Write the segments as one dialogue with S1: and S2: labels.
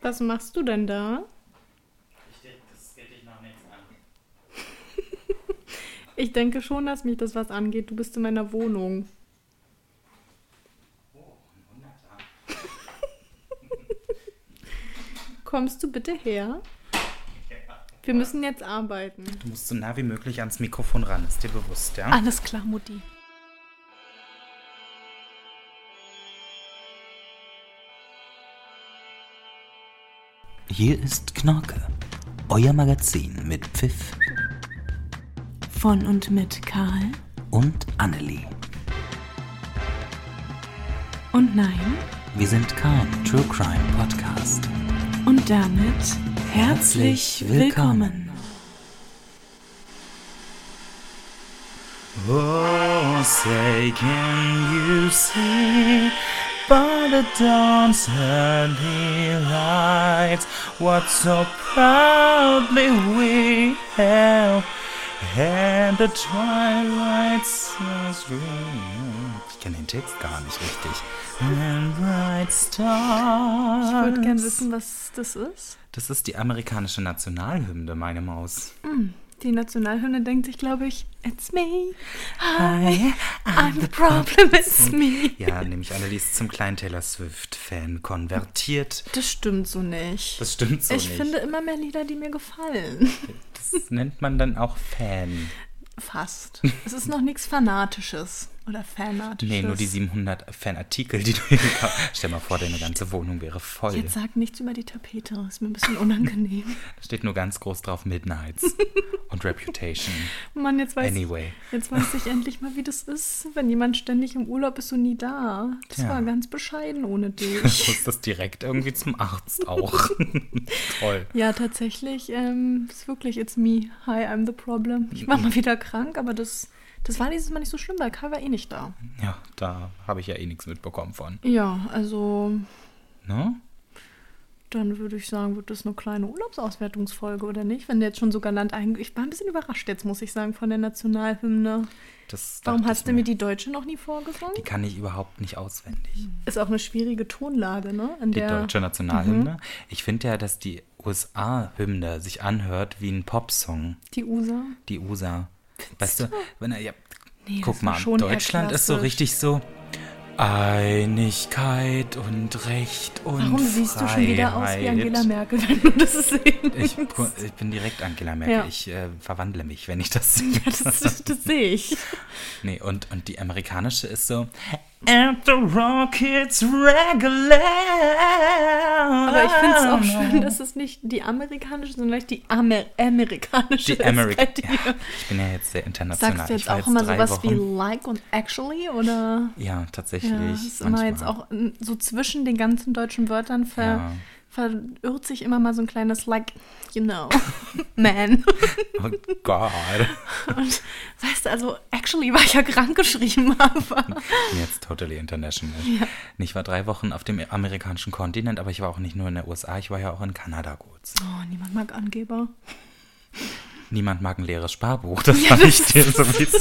S1: Was machst du denn da?
S2: Ich denke, das geht dich noch nichts an.
S1: Ich denke schon, dass mich das was angeht. Du bist in meiner Wohnung.
S2: Oh, ein Wunderbar.
S1: Kommst du bitte her? Wir müssen jetzt arbeiten.
S2: Du musst so nah wie möglich ans Mikrofon ran, ist dir bewusst, ja?
S3: Alles klar, Mutti.
S4: Hier ist Knorke, euer Magazin mit Pfiff
S3: Von und mit Karl
S4: und Annelie.
S3: und Nein.
S4: Wir sind kein True Crime Podcast.
S3: Und damit herzlich
S4: Herzlich
S3: willkommen.
S4: willkommen.
S2: Oh, say can you see by the dawn's early light what so proudly we hailed and the twilight's last dream. Ich kenne den Text gar nicht richtig. And bright stars.
S1: Ich würde gern wissen, was das ist.
S2: Das ist die amerikanische Nationalhymne, meine Maus.
S1: Die Nationalhymne denkt sich, glaube ich, it's me.
S2: Hi,
S1: I'm Ah, the problem, it's me.
S2: Ja, nämlich Annelie ist zum kleinen Taylor Swift-Fan konvertiert.
S1: Das stimmt so nicht.
S2: Das stimmt so
S1: ich
S2: nicht.
S1: finde immer mehr Lieder, die mir gefallen.
S2: das nennt man dann auch Fan.
S1: Fast. Es ist noch nichts Fanatisches oder Fanatisches.
S2: Nee, nur die 700 Fanartikel, die du hier gekauft hast. Stell mal vor, deine ganze Wohnung wäre voll.
S1: Jetzt sag nichts über die Tapete, ist mir ein bisschen unangenehm.
S2: Da steht nur ganz groß drauf Midnights und Reputation.
S1: Mann, jetzt weiß,
S2: Anyway.
S1: jetzt weiß ich endlich mal, wie das ist, wenn jemand ständig im Urlaub ist und nie da. Das
S2: Tja.
S1: war ganz bescheiden ohne
S2: Ich
S1: dich.
S2: muss das direkt irgendwie zum Arzt auch. Toll.
S1: ja, tatsächlich ähm, ist wirklich it's me. Hi, I'm the problem. Ich war mal wieder krank, aber das, das war dieses Mal nicht so schlimm, weil Karl war eh nicht da.
S2: Ja, da habe ich ja eh nichts mitbekommen von.
S1: Ja, also
S2: Ne?
S1: Dann würde ich sagen, wird das eine kleine Urlaubsauswertungsfolge, oder nicht? Wenn du jetzt schon sogar Land ein... Ich war ein bisschen überrascht jetzt, muss ich sagen, von der Nationalhymne.
S2: Das
S1: Warum
S2: dachte
S1: hast
S2: ich
S1: du mir die deutsche noch nie vorgesungen?
S2: Die kann ich überhaupt nicht auswendig.
S1: Ist auch eine schwierige Tonlage, ne? In
S2: Die
S1: der,
S2: deutsche Nationalhymne.
S1: Mhm.
S2: Ich finde ja, dass die USA-Hymne sich anhört wie ein Popsong.
S1: Die USA.
S2: Die USA. Weißt du, wenn er, ja,
S1: Nee, das
S2: guck
S1: war
S2: mal,
S1: schon eher
S2: Deutschland ist so
S1: klassisch.
S2: richtig so Einigkeit und Recht und
S1: Warum siehst du schon wieder aus wie
S2: Freiheit.
S1: Angela Merkel, wenn du das
S2: Ich,
S1: siehst?
S2: gu- ich bin direkt Angela Merkel.
S1: Ja.
S2: Ich äh, verwandle mich, wenn ich das sehe.
S1: Ja, das, das, das sehe ich.
S2: Nee, und, und die amerikanische ist so. And the rockets regular.
S1: Aber ich finde es auch
S2: Ah.
S1: schön, dass es nicht die amerikanische, sondern vielleicht die Amer amerikanische
S2: Die Amerika.
S1: ist. bei dir.
S2: Ja, ich bin ja jetzt sehr international.
S1: Sagst du
S2: ich
S1: jetzt
S2: war
S1: auch immer
S2: drei
S1: sowas wie
S2: Wochen-
S1: like und actually oder?
S2: Ja, tatsächlich.
S1: Ja, das ist immer jetzt
S2: manchmal.
S1: auch mm, so zwischen den ganzen deutschen Wörtern ver,
S2: Ja.
S1: verirrt sich immer mal so ein kleines like, you know, man.
S2: Oh Gott.
S1: Und weißt du, also actually war ich ja krank geschrieben, aber
S2: Ich bin jetzt totally international. Nee, Ich war drei Wochen auf dem amerikanischen Kontinent, aber ich war auch nicht nur in der USA, ich war ja auch in Kanada kurz.
S1: oh, niemand mag Angeber.
S2: Niemand mag ein leeres Sparbuch, das habe ich dir sowieso.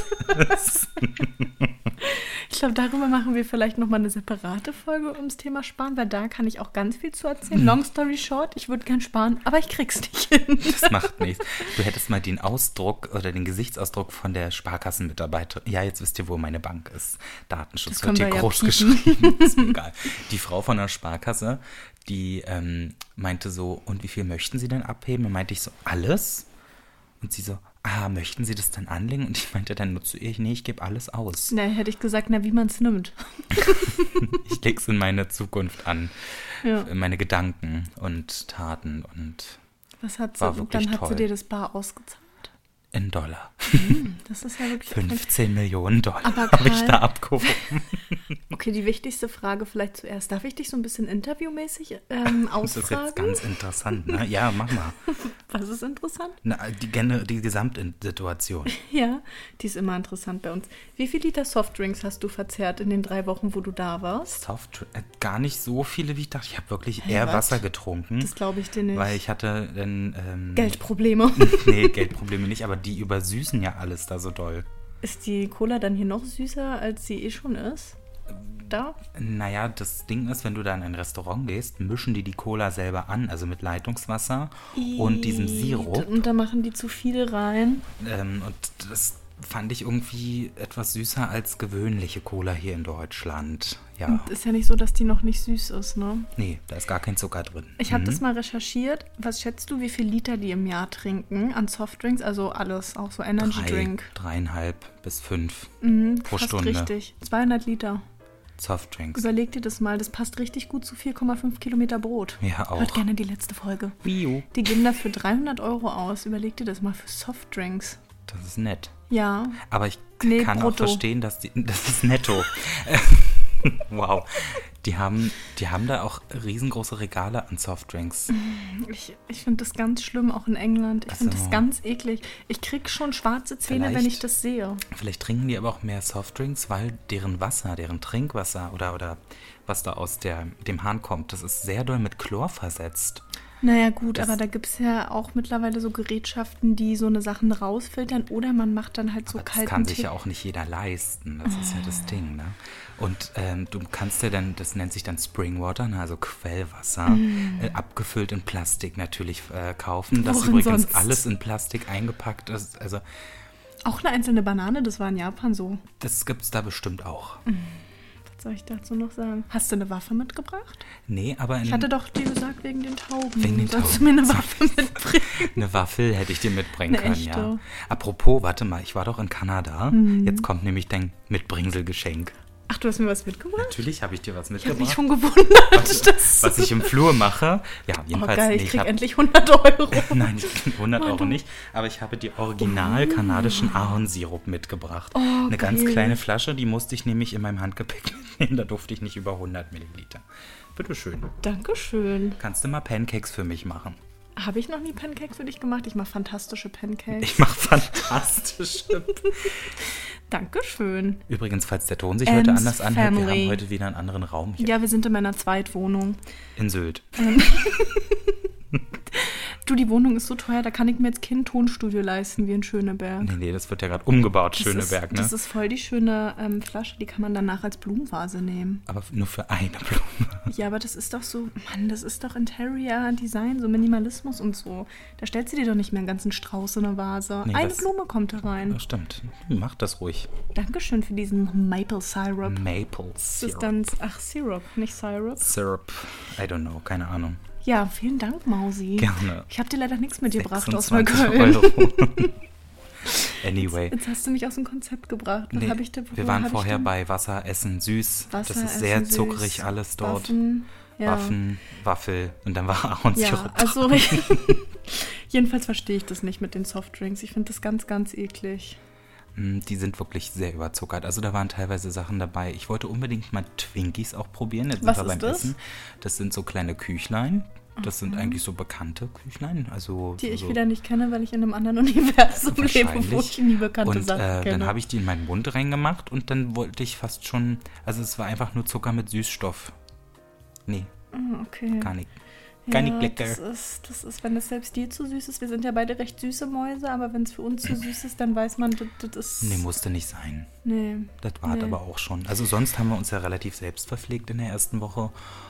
S1: Ich glaube, darüber machen wir vielleicht nochmal eine separate Folge ums Thema Sparen, weil da kann ich auch ganz viel zu
S2: Mhm.
S1: erzählen. Long story short, ich würde gern sparen, aber ich krieg's nicht hin.
S2: Das macht nichts. Du hättest mal den Ausdruck oder den Gesichtsausdruck von der Sparkassenmitarbeiterin. Ja, jetzt wisst ihr, wo meine Bank ist. Datenschutz
S1: Das können
S2: wird hier
S1: wir ja
S2: groß
S1: piepen.
S2: geschrieben. Ist mir egal. Die Frau von der Sparkasse, die ähm, meinte so, und wie viel möchten Sie denn abheben? Und meinte ich so, alles? Und sie so, ah, möchten Sie das dann anlegen? Und ich meinte dann nur zu ihr, nee, ich gebe alles aus.
S1: Na, hätte ich gesagt, na, wie man's nimmt.
S2: Ich leg's in meine Zukunft an.
S1: Ja.
S2: In meine Gedanken und Taten und
S1: Was hat sie,
S2: War wirklich
S1: dann hat sie
S2: toll.
S1: dir das Bar ausgezahlt.
S2: in Dollar.
S1: Das ist ja wirklich
S2: 15 Millionen Dollar
S1: Aber
S2: habe ich
S1: Karl-
S2: da abgehoben.
S1: Okay, die wichtigste Frage vielleicht zuerst. Darf ich dich so ein bisschen interviewmäßig ähm,
S2: Das ist jetzt
S1: ausfragen?
S2: ganz interessant, ne? Ja, mach mal.
S1: Was ist interessant?
S2: Na, die, Gene- die Gesamtsituation.
S1: Ja, die ist immer interessant bei uns. Wie viele Liter Softdrinks hast du verzehrt in den drei Wochen, wo du da warst?
S2: Soft, äh, gar nicht so viele, wie ich dachte. Ich habe wirklich eher
S1: was?
S2: Wasser getrunken.
S1: Das glaube ich dir nicht.
S2: Weil ich hatte dann. Ähm,
S1: Geldprobleme.
S2: Nee, Geldprobleme nicht, aber die übersüßen ja alles da so doll.
S1: ist die Cola dann hier noch süßer, als sie eh schon ist? da?
S2: Naja, das Ding ist, wenn du da in ein Restaurant gehst, mischen die die Cola selber an, also mit Leitungswasser und diesem Sirup.
S1: Und da machen die zu viel rein.
S2: Ähm, und das fand ich irgendwie etwas süßer als gewöhnliche Cola hier in Deutschland. Ja,
S1: Und ist ja nicht so, dass die noch nicht süß ist, ne?
S2: nee, da ist gar kein Zucker drin. Mhm.
S1: Ich habe das mal recherchiert. Was schätzt du, wie viel Liter die im Jahr trinken an Softdrinks? Also alles, auch so Energy
S2: Drei,
S1: Drink.
S2: Dreieinhalb bis fünf
S1: Mhm.
S2: pro
S1: Fast
S2: Stunde.
S1: richtig. 200 Liter.
S2: Softdrinks.
S1: Überleg dir das mal. Das passt richtig gut zu 4,5 Kilometer Brot.
S2: Ja, auch.
S1: Hört gerne die letzte Folge.
S2: Bio.
S1: Die geben dafür 300 Euro aus. Überleg dir das mal für Softdrinks.
S2: Das ist nett.
S1: Ja.
S2: Aber ich
S1: Nee,
S2: kann auch
S1: brutto.
S2: verstehen, dass die, das ist netto. wow. Die haben, die haben da auch riesengroße Regale an Softdrinks.
S1: Mhm. Ich, ich finde das ganz schlimm, auch in England. Ich finde
S2: Also.
S1: das ganz eklig. Ich krieg schon schwarze Zähne, wenn
S2: Vielleicht.
S1: ich das sehe.
S2: Vielleicht trinken die aber auch mehr Softdrinks, weil deren Wasser, deren Trinkwasser oder, oder was da aus der, dem Hahn kommt, das ist sehr doll mit Chlor versetzt.
S1: Naja, gut,
S2: Das-
S1: aber da gibt es ja auch mittlerweile so Gerätschaften, die so eine Sachen rausfiltern oder man macht dann halt so
S2: Aber das
S1: kalten
S2: kann sich
S1: Tee. Ah.
S2: ja auch nicht jeder leisten. Das ist ja das Ding, ne? Und ähm, du kannst ja dann, das nennt sich dann Springwater, ne? also Quellwasser, äh, abgefüllt in Plastik natürlich äh, kaufen.
S1: Mhm.
S2: Das
S1: Worin
S2: übrigens
S1: sonst?
S2: alles in Plastik eingepackt ist. Also
S1: Auch eine einzelne Banane, das war in Japan so.
S2: das gibt's da bestimmt auch.
S1: Mhm. Was soll ich dazu noch sagen? Hast du eine Waffe mitgebracht?
S2: Nee, aber in,
S1: Ich hatte doch dir gesagt, wegen den Tauben.
S2: Hm. Wegen den
S1: Sollst
S2: Tauben.
S1: du mir eine Waffe mitbringen?
S2: Eine Waffel hätte ich dir mitbringen
S1: Eine
S2: können,
S1: echte. Mhm.
S2: ja. Apropos, warte mal, ich war doch in Kanada. Jetzt kommt nämlich dein Mitbringselgeschenk.
S1: Ach, du hast mir was mitgebracht?
S2: Natürlich habe ich dir was
S1: Ich habe mich
S2: mitgebracht.
S1: schon gewundert. dass-
S2: was ich im Flur mache. Ja,
S1: Oh,
S2: jedenfalls.
S1: geil,
S2: nee,
S1: ich krieg
S2: hab-
S1: endlich 100 Euro.
S2: Nein, ich 100 Euro nicht, aber ich habe die original
S1: Oh.
S2: kanadischen Ahornsirup mitgebracht. Eine ganz
S1: geil.
S2: kleine Flasche, die musste ich nämlich in meinem Handgepäck nehmen, da durfte ich nicht über 100 Milliliter. Bitteschön,
S1: Dankeschön.
S2: kannst du mal Pancakes für mich machen?
S1: Habe ich noch nie Pancakes für dich gemacht? Ich mache fantastische Pancakes.
S2: Ich mache fantastisch.
S1: Dankeschön.
S2: Übrigens, falls der Ton sich
S1: Ems
S2: heute anders anhört, wir
S1: Family.
S2: haben heute wieder einen anderen Raum hier
S1: Ja, wir sind in meiner Zweitwohnung.
S2: in Sylt.
S1: Du, die Wohnung ist so teuer, da kann ich mir jetzt kein Tonstudio leisten wie in Schöneberg.
S2: Nee, nee, das wird ja gerade umgebaut,
S1: das
S2: Hm, Schöneberg,
S1: ist, Das
S2: ne?
S1: ist voll die schöne ähm, Flasche, die kann man danach als Blumenvase nehmen.
S2: Aber nur für eine Blume.
S1: Ja, aber das ist doch so, Mann, das ist doch Interior Design, so Minimalismus und so. Da stellst du dir doch nicht mehr einen ganzen Strauß in eine Vase.
S2: Nee,
S1: Eine
S2: das-
S1: Blume kommt da rein.
S2: Ja, stimmt, mach das ruhig.
S1: Dankeschön für diesen Maple Syrup.
S2: Maple Hm, Syrup.
S1: Substanz, ach, Syrup, nicht Syrup.
S2: Syrup. I don't know, keine Ahnung.
S1: Ja, vielen Dank, Mausi.
S2: Gerne.
S1: Ich habe dir leider nichts mitgebracht aus
S2: 26
S1: Neukölln.
S2: Euro. anyway.
S1: Jetzt hast du mich aus dem Konzept gebracht. Was
S2: Nee,
S1: hab ich denn,
S2: wir
S1: worüber
S2: waren
S1: hab ich
S2: vorher
S1: denn-
S2: bei Wasser, Essen, Süß.
S1: Wasser,
S2: das ist sehr
S1: Essen, süß,
S2: zuckrig alles dort. Waffen,
S1: Waffen, ja.
S2: Waffel und dann war Ahornsirup.
S1: Ja, also jedenfalls verstehe ich das nicht mit den Softdrinks. Ich finde das ganz, ganz eklig.
S2: Mm, Die sind wirklich sehr überzuckert. Also da waren teilweise Sachen dabei. Ich wollte unbedingt mal Twinkies auch probieren. Jetzt
S1: Was
S2: sind wir
S1: ist
S2: beim
S1: das? Mhm.
S2: Essen. Das sind so kleine Küchlein. Das sind eigentlich so bekannte Küchlein. Also
S1: Die ich
S2: so
S1: wieder nicht kenne, weil ich in einem anderen Universum lebe, wo ich nie bekannte Genau.
S2: und,
S1: Sachen
S2: äh,
S1: kenne.
S2: Dann habe ich die in meinen Mund reingemacht und dann wollte ich fast schon, also es war einfach nur Zucker mit Süßstoff. Nee,
S1: Ah, okay.
S2: gar nicht. Gar
S1: ja,
S2: nicht
S1: Das
S2: lecker.
S1: ist, das ist, wenn es selbst dir zu süß ist, wir sind ja beide recht süße Mäuse, aber wenn es für uns zu süß ist, dann weiß man, das, das ist.
S2: Nee, musste nicht sein.
S1: nee.
S2: Das war
S1: Nee.
S2: aber auch schon. Also sonst haben wir uns ja relativ selbst verpflegt in der ersten Woche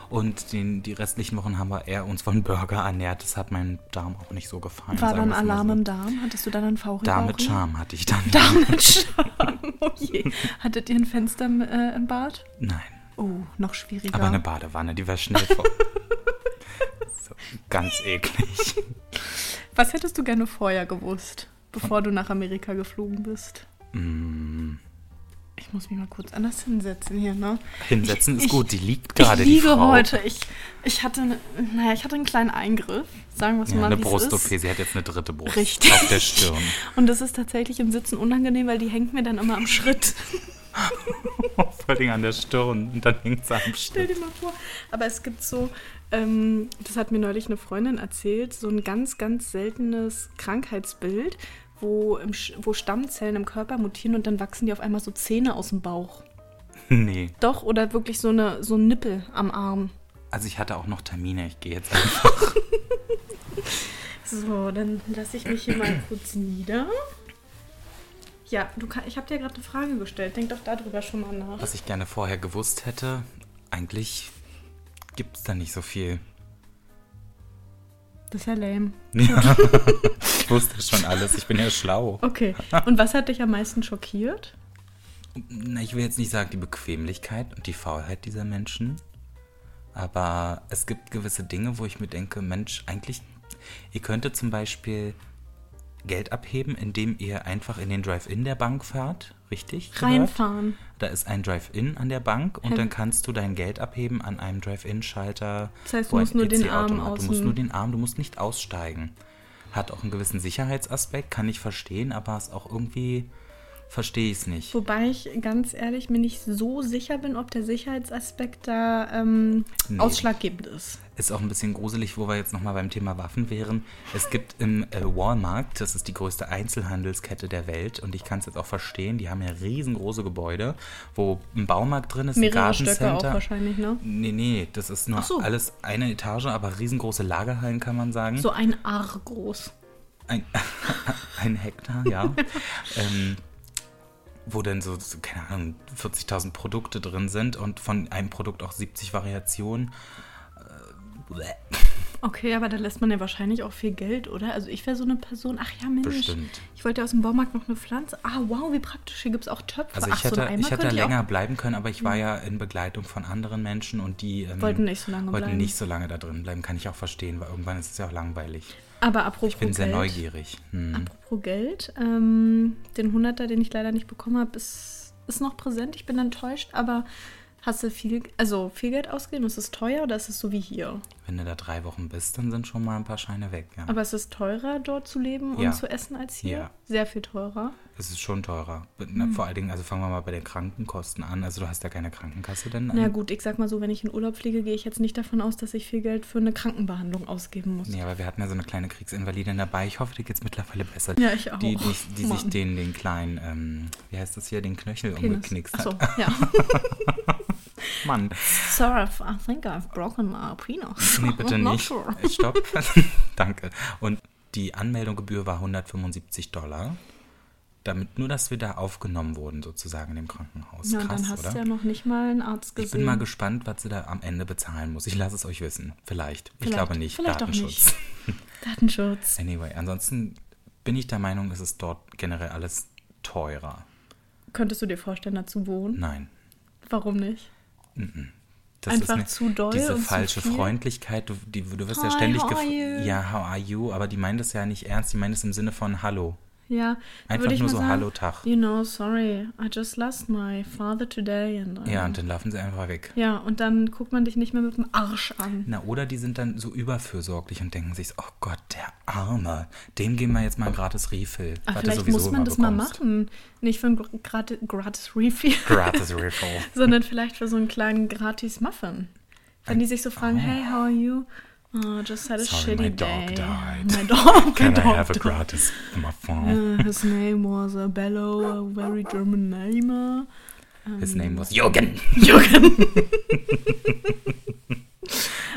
S2: und den, die restlichen Wochen haben wir eher uns von Burger ernährt. Das hat meinem Darm auch nicht so gefallen.
S1: War
S2: sagen
S1: dann
S2: wir es mal
S1: Alarm
S2: so.
S1: im Darm? Hattest du dann einen fauchen
S2: Darm mit Charme hatte ich dann.
S1: Darm mit Charme. Oh je. Hattet ihr ein Fenster im, äh, im Bad?
S2: Nein.
S1: Oh, noch schwieriger.
S2: Aber eine Badewanne, die war schnell voll. so, ganz eklig.
S1: Was hättest du gerne vorher gewusst, bevor du nach Amerika geflogen bist?
S2: Mm.
S1: Ich muss mich mal kurz anders hinsetzen hier, ne?
S2: Hinsetzen
S1: Ich-
S2: ist gut, die liegt
S1: Ich
S2: gerade. die
S1: liege
S2: Frau.
S1: heute. Ich, ich hatte, ne, naja, ich hatte einen kleinen Eingriff, sagen wir es
S2: Ja,
S1: mal,
S2: eine
S1: wie
S2: Brust-OP,
S1: es ist.
S2: sie hat jetzt eine dritte Brust
S1: Richtig.
S2: auf der Stirn.
S1: Und das ist tatsächlich im Sitzen unangenehm, weil die hängt mir dann immer am Schritt.
S2: Vor allem an der Stirn und dann hängt sie am
S1: Stell
S2: Stirn.
S1: dir mal vor. Aber es gibt so, ähm, das hat mir neulich eine Freundin erzählt, so ein ganz, ganz seltenes Krankheitsbild, wo, im, Sch- wo Stammzellen im Körper mutieren und dann wachsen die auf einmal so Zähne aus dem Bauch.
S2: Nee,
S1: Doch, oder wirklich so, eine, so ein Nippel am Arm.
S2: also ich hatte auch noch Termine, ich gehe jetzt.
S1: So, dann lasse ich mich hier mal kurz nieder. Ja, du kann, ich habe dir gerade eine Frage gestellt. Denk doch darüber schon mal nach.
S2: Was ich gerne vorher gewusst hätte, eigentlich gibt es da nicht so viel.
S1: Das ist ja lame.
S2: Ja. ich wusste schon alles, ich bin ja schlau.
S1: Okay. Und was hat dich am meisten schockiert?
S2: Na, ich will jetzt nicht sagen die Bequemlichkeit und die Faulheit dieser Menschen, aber es gibt gewisse Dinge, wo ich mir denke, Mensch, eigentlich, ihr könntet zum Beispiel Geld abheben, indem ihr einfach in den Drive-In der Bank fahrt, richtig? gehört?
S1: Reinfahren.
S2: Da ist ein Drive-In an der Bank und
S1: Hä?
S2: dann kannst du dein Geld abheben an einem Drive-In-Schalter.
S1: Das heißt, du
S2: wo ein
S1: musst nur den Arm
S2: EC-Automat- Du musst
S1: außen-
S2: nur den Arm, du musst nicht aussteigen. Hat auch einen gewissen Sicherheitsaspekt, kann ich verstehen, aber ist auch irgendwie, verstehe ich es nicht.
S1: Wobei ich ganz ehrlich mir nicht so sicher bin, ob der Sicherheitsaspekt da ähm,
S2: Nee.
S1: ausschlaggebend ist.
S2: Ist auch ein bisschen gruselig, wo wir jetzt nochmal beim Thema Waffen wären. Es gibt im äh, Walmart, das ist die größte Einzelhandelskette der Welt und ich kann es jetzt auch verstehen, die haben ja riesengroße Gebäude, wo ein Baumarkt drin ist, ein
S1: Mehrere Stöcke auch
S2: Gartencenter.
S1: wahrscheinlich, ne?
S2: Nee, nee, das ist nur
S1: Ach so.
S2: alles eine Etage, aber riesengroße Lagerhallen kann man sagen.
S1: So ein Ar groß.
S2: Ein, ein Hektar, ja. ähm, wo dann so, so, keine Ahnung, 40.000 Produkte drin sind und von einem Produkt auch 70 Variationen. Äh, bleh,
S1: Okay, aber da lässt man ja wahrscheinlich auch viel Geld, oder? Also ich wäre so eine Person, ach ja, Mensch.
S2: Bestimmt.
S1: Ich wollte ja aus dem Baumarkt noch eine Pflanze. Ah, wow, wie praktisch. Hier gibt es auch Töpfe.
S2: Also
S1: ach,
S2: ich hätte,
S1: so einen Eimer
S2: ich hätte
S1: könnte
S2: länger
S1: auch- Mhm.
S2: bleiben können, aber ich war ja in Begleitung von anderen Menschen und die ähm,
S1: Wollten nicht so lange
S2: wollten
S1: bleiben.
S2: nicht so lange da drin bleiben. Kann ich auch verstehen, weil irgendwann ist es ja auch langweilig.
S1: Aber apropos
S2: Ich bin sehr
S1: Geld.
S2: neugierig. Hm.
S1: Apropos Geld, ähm, den 100er, den ich leider nicht bekommen habe, ist, ist noch präsent. Ich bin enttäuscht, aber hast du viel, also viel Geld ausgegeben? Ist es teuer oder ist es so wie hier?
S2: Wenn du da drei Wochen bist, dann sind schon mal ein paar Scheine weg. Ja.
S1: Aber ist es teurer, dort zu leben und
S2: Ja.
S1: zu essen als hier?
S2: Ja.
S1: Sehr viel teurer.
S2: Es ist schon teurer. Na,
S1: Hm.
S2: Vor allen Dingen, also fangen wir mal bei den Krankenkosten an. Also du hast ja keine Krankenkasse denn.
S1: Na gut, ich sag mal so, wenn ich in Urlaub fliege, gehe ich jetzt nicht davon aus, dass ich viel Geld für eine Krankenbehandlung ausgeben muss.
S2: Nee, aber wir hatten ja so eine kleine Kriegsinvalidin dabei. Ich hoffe, dir geht's mittlerweile besser.
S1: Ja, ich auch.
S2: Die, die, die sich
S1: Mann.
S2: den, den kleinen, ähm, wie heißt das hier, den Knöchel umgeknickst hat.
S1: Achso, ja.
S2: Mann.
S1: Sir, I think I've broken my penis.
S2: Nee, bitte
S1: Not
S2: nicht.
S1: Sure.
S2: Äh, Stopp. Danke. Und die Anmeldungsgebühr war 175 Dollar. Damit nur, dass wir da aufgenommen wurden, sozusagen in dem Krankenhaus.
S1: Ja, und
S2: Krass,
S1: dann hast
S2: oder?
S1: du ja noch nicht mal einen Arzt gesehen.
S2: Ich bin mal gespannt, was sie da am Ende bezahlen muss. Ich lasse es euch wissen. Vielleicht. Ich
S1: Vielleicht.
S2: glaube nicht.
S1: Vielleicht auch
S2: Datenschutz.
S1: Datenschutz.
S2: Anyway, ansonsten bin ich der Meinung, es ist dort generell alles teurer.
S1: Könntest du dir vorstellen, da zu wohnen?
S2: Nein.
S1: Warum nicht?
S2: Das
S1: Einfach
S2: eine-
S1: zu doll
S2: Diese
S1: und zu
S2: falsche
S1: viel?
S2: Freundlichkeit, du, die, du wirst
S1: Hi,
S2: ja ständig
S1: how are
S2: gefragt.
S1: you?
S2: Ja, how are you? Aber die meint es ja nicht ernst, die meint es im Sinne von Hallo.
S1: Ja, da
S2: Einfach
S1: würde ich
S2: nur
S1: mal
S2: so
S1: sagen,
S2: Hallo, Tag.
S1: You know, sorry, I just lost my father today. And, ähm,
S2: Ja, und dann laufen sie einfach weg.
S1: ja, und dann guckt man dich nicht mehr mit dem Arsch an.
S2: Na, oder die sind dann so überfürsorglich und denken sich, oh Gott, der Arme, dem geben wir jetzt mal ein gratis Refill.
S1: Aber
S2: was du
S1: Ah, vielleicht
S2: sowieso
S1: muss
S2: immer
S1: man das mal
S2: bekommst.
S1: machen. Nicht für ein gr- gratis, gratis Refill,
S2: Gratis Refill.
S1: sondern vielleicht für so einen kleinen gratis Muffin. Wenn die sich so fragen, hey, how are you? Oh, just had a
S2: Sorry,
S1: shitty
S2: my
S1: day.
S2: dog died.
S1: My dog,
S2: Can I
S1: dog
S2: have a
S1: died.
S2: gratis muffin?
S1: Uh, his name was uh, Bello, a very German name. uh,
S2: His name was Jürgen.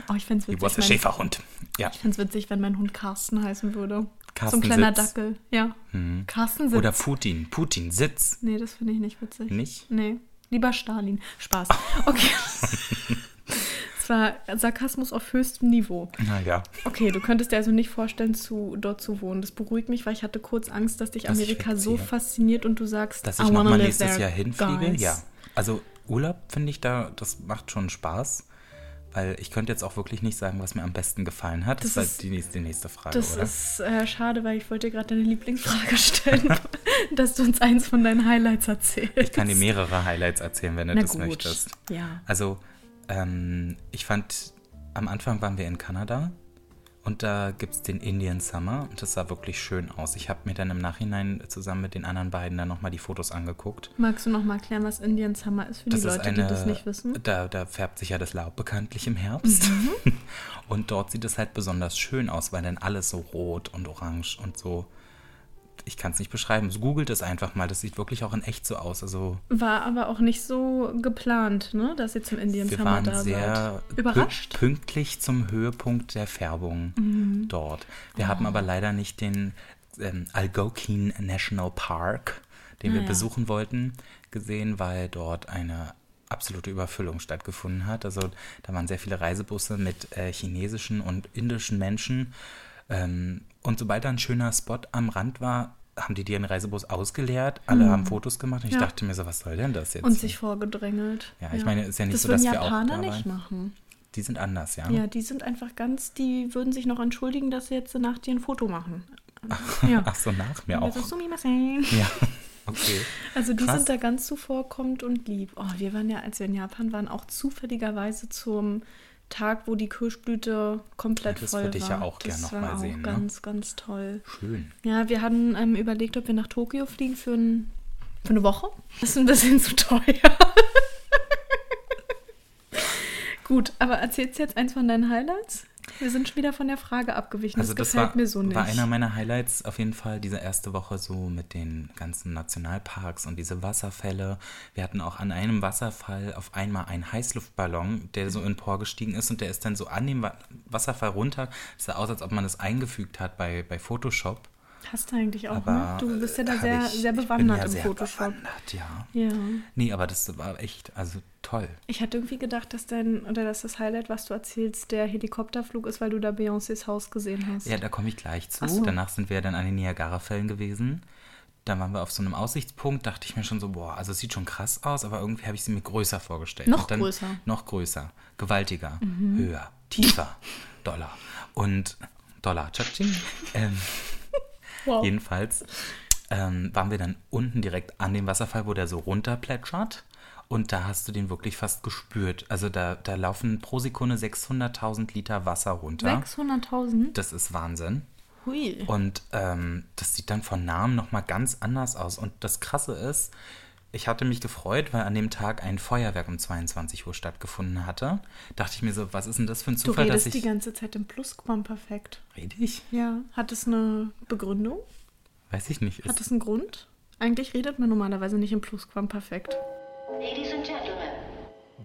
S1: Oh, ich find's
S2: He
S1: witzig.
S2: was a
S1: mein-
S2: Schäferhund. Ja.
S1: Ich find's witzig, wenn mein Hund Carsten heißen würde. so
S2: Carsten
S1: ein kleiner
S2: Sitz.
S1: Dackel. Ja. Carsten Sitz.
S2: Oder Putin. Putin, Sitz.
S1: nee, das finde ich nicht witzig.
S2: Nicht?
S1: Nee. Lieber Stalin. Spaß. Okay. Es war Sarkasmus auf höchstem Niveau.
S2: Naja.
S1: Okay, du könntest dir also nicht vorstellen, zu, dort zu wohnen. Das beruhigt mich, weil ich hatte kurz Angst, dass dich
S2: Dass ich
S1: Amerika so
S2: wegziehe.
S1: fasziniert und du sagst,
S2: Dass
S1: I
S2: ich
S1: wanna
S2: nochmal
S1: live
S2: nächstes
S1: there,
S2: Jahr hinfliege.
S1: guys.
S2: Ja. Also Urlaub finde ich da, das macht schon Spaß. Weil ich könnte jetzt auch wirklich nicht sagen, was mir am besten gefallen hat. Das,
S1: Das
S2: ist
S1: ist-
S2: halt die nächste, die nächste Frage,
S1: Das
S2: oder?
S1: ist äh, schade, weil ich wollte dir gerade deine Lieblingsfrage stellen, dass du uns eins von deinen Highlights erzählst.
S2: ich kann dir mehrere Highlights erzählen, wenn du
S1: Na
S2: das
S1: gut.
S2: möchtest.
S1: Ja.
S2: Also, ähm, ich fand, am Anfang waren wir in Kanada und da gibt es den Indian Summer und das sah wirklich schön aus. Ich habe mir dann im Nachhinein zusammen mit den anderen beiden dann nochmal die Fotos angeguckt.
S1: Magst du noch mal erklären, was Indian Summer ist für die Leute, die das nicht wissen? Mhm.
S2: Da, da färbt sich ja das Laub bekanntlich im Herbst. Und dort sieht es halt besonders schön aus, weil dann alles so rot und orange und so. Ich kann es nicht beschreiben. So googelt es einfach mal. Das sieht wirklich auch in echt so aus. Also
S1: War aber auch nicht so geplant, ne, dass ihr zum Indian
S2: wir
S1: Summer
S2: waren
S1: da
S2: sehr
S1: seid.
S2: pü-
S1: Überrascht? Mhm.
S2: pünktlich zum Höhepunkt der Färbung dort. Wir haben aber leider nicht den ähm, Algonquin National Park. den wir
S1: Ah ja.
S2: besuchen wollten, gesehen, weil dort eine absolute Überfüllung stattgefunden hat. Also da waren sehr viele Reisebusse mit äh, chinesischen und indischen Menschen. Ähm, und sobald da ein schöner Spot am Rand war, haben die dir einen Reisebus ausgeleert, alle haben Fotos gemacht und ich
S1: Mhm. Ja.
S2: dachte mir so, was soll denn das jetzt?
S1: Und sich vorgedrängelt.
S2: Ja, ich meine, ist ja nicht
S1: das
S2: so, dass
S1: würden
S2: wir auch
S1: Japaner
S2: da
S1: nicht
S2: waren.
S1: machen.
S2: die sind anders, ja?
S1: Ja, die sind einfach ganz, die würden sich noch entschuldigen, dass sie jetzt nach dir ein Foto machen. Ja.
S2: Ach so, nach mir
S1: Also,
S2: auch.
S1: sumimasen.
S2: Ja, okay.
S1: Also die
S2: Krass.
S1: sind da ganz zuvorkommend und lieb. Oh, wir waren ja, als wir in Japan waren, auch zufälligerweise zum Tag, wo die Kirschblüte komplett
S2: Ja, das
S1: voll war.
S2: würde ich ja auch gern noch
S1: war
S2: mal
S1: auch
S2: sehen, ne?
S1: ganz, ganz toll.
S2: Schön.
S1: Ja, wir hatten ähm, überlegt, ob wir nach Tokio fliegen für, ein, für eine Woche. Das ist ein bisschen zu teuer. Gut, aber erzählst du jetzt eins von deinen Highlights? Wir sind schon wieder von der Frage abgewichen.
S2: Also
S1: das
S2: das
S1: gefällt
S2: war,
S1: mir so nicht.
S2: war einer meiner Highlights auf jeden Fall, diese erste Woche so mit den ganzen Nationalparks und diese Wasserfälle. Wir hatten auch an einem Wasserfall auf einmal einen Heißluftballon, der so emporgestiegen ist und der ist dann so an dem Wa Wasserfall runter. Es sah aus, als ob man das eingefügt hat bei, bei Photoshop.
S1: Hast du eigentlich auch,
S2: Aber äh,
S1: ne? Du bist ja da
S2: hab
S1: sehr,
S2: ich,
S1: sehr
S2: ich bin
S1: bewandert
S2: ja
S1: im
S2: sehr
S1: Photoshop.
S2: Bewandert, ja.
S1: Ja.
S2: Nee, aber das war echt, also toll.
S1: Ich hatte irgendwie gedacht, dass dein oder dass das Highlight, was du erzählst, der Helikopterflug ist, weil du da Beyoncés Haus gesehen hast.
S2: Ja, da komme ich gleich zu.
S1: Ach so.
S2: Danach sind wir dann an den Niagara-Fällen gewesen. Da waren wir auf so einem Aussichtspunkt, dachte ich mir schon so, boah, also es sieht schon krass aus, aber irgendwie habe ich sie mir größer vorgestellt.
S1: Noch
S2: Und dann,
S1: größer. Mhm.
S2: Noch größer, gewaltiger, höher, tiefer, Dollar. Und Dollar, tschatsching. Ähm,
S1: wow.
S2: Jedenfalls ähm, waren wir dann unten direkt an dem Wasserfall, wo der so runterplätschert. Und da hast du den wirklich fast gespürt. Also da, da laufen pro Sekunde 600.000 Liter Wasser runter.
S1: 600.000?
S2: Das ist Wahnsinn.
S1: Hui.
S2: Und ähm, das sieht dann von Namen nochmal ganz anders aus. Und das Krasse ist, ich hatte mich gefreut, weil an dem Tag ein Feuerwerk um 22 Uhr stattgefunden hatte. Dachte ich mir so, was ist denn das für ein
S1: Du
S2: Zufall, dass
S1: redest
S2: ich...
S1: die ganze Zeit im Plusquamperfekt.
S2: Rede ich?
S1: Ja. Hat das eine Begründung?
S2: Weiß ich nicht.
S1: Hat
S2: Ist,
S1: das einen Grund? Eigentlich redet man normalerweise nicht im Plusquamperfekt.
S5: Ladies and gentlemen,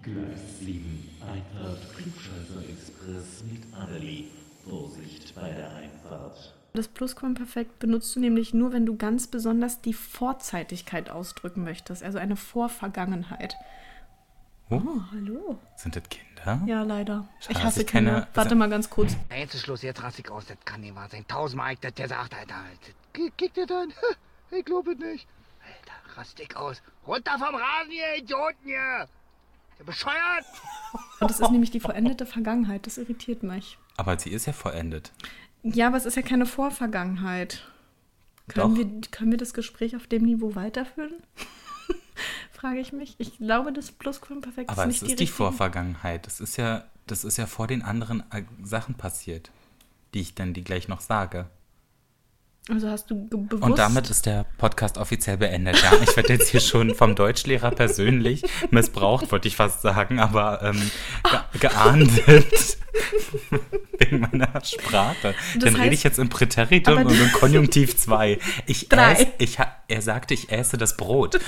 S6: Gleis 7, Einfahrt Klugscheißer Express mit Annelie. Vorsicht bei der Einfahrt.
S1: Das Plusquamperfekt benutzt du nämlich nur, wenn du ganz besonders die Vorzeitigkeit ausdrücken möchtest, also eine Vorvergangenheit.
S2: Oh.
S1: Oh, hallo.
S2: sind das Kinder?
S1: Ja, leider.
S2: Schade,
S1: ich
S2: dass
S1: hasse
S2: ich keine-
S1: Kinder. Warte mal ganz kurz.
S7: Ja, Jetzt ist Schluss, jetzt rastig aus, das kann nicht wahr sein. Tausendmal ich das gesagt, Alter. Kick, kick dir dann? Ich glaub es nicht. Alter, rastig aus. Runter vom Rasen, ihr Idioten hier! Ihr bescheuert!
S1: Und das ist nämlich die vollendete Vergangenheit. Das irritiert mich.
S2: Aber sie ist ja vollendet.
S1: Ja, aber es ist ja keine Vorvergangenheit. Können,
S2: Doch.
S1: wir, können wir das Gespräch auf dem Niveau weiterführen? Frage ich mich. Ich glaube, das Plusquamperfekt
S2: Aber
S1: ist
S2: es
S1: nicht
S2: ist die,
S1: die richtige-
S2: Vorvergangenheit. Das ist ja, das ist ja vor den anderen äh, Sachen passiert, die ich dann die gleich noch sage.
S1: Also hast du ge- bewusst.
S2: Und damit ist der Podcast offiziell beendet. Ja, ich werde jetzt hier schon vom Deutschlehrer persönlich missbraucht, wollte ich fast sagen, aber ähm, ge geahndet wegen meiner Sprache. Dann rede
S1: heißt-
S2: ich jetzt im
S1: aber
S2: Präteritum
S1: du-
S2: und im Konjunktiv 2. Ich
S1: Drei.
S2: Äß, ich, ha- er sagte, ich esse das Brot.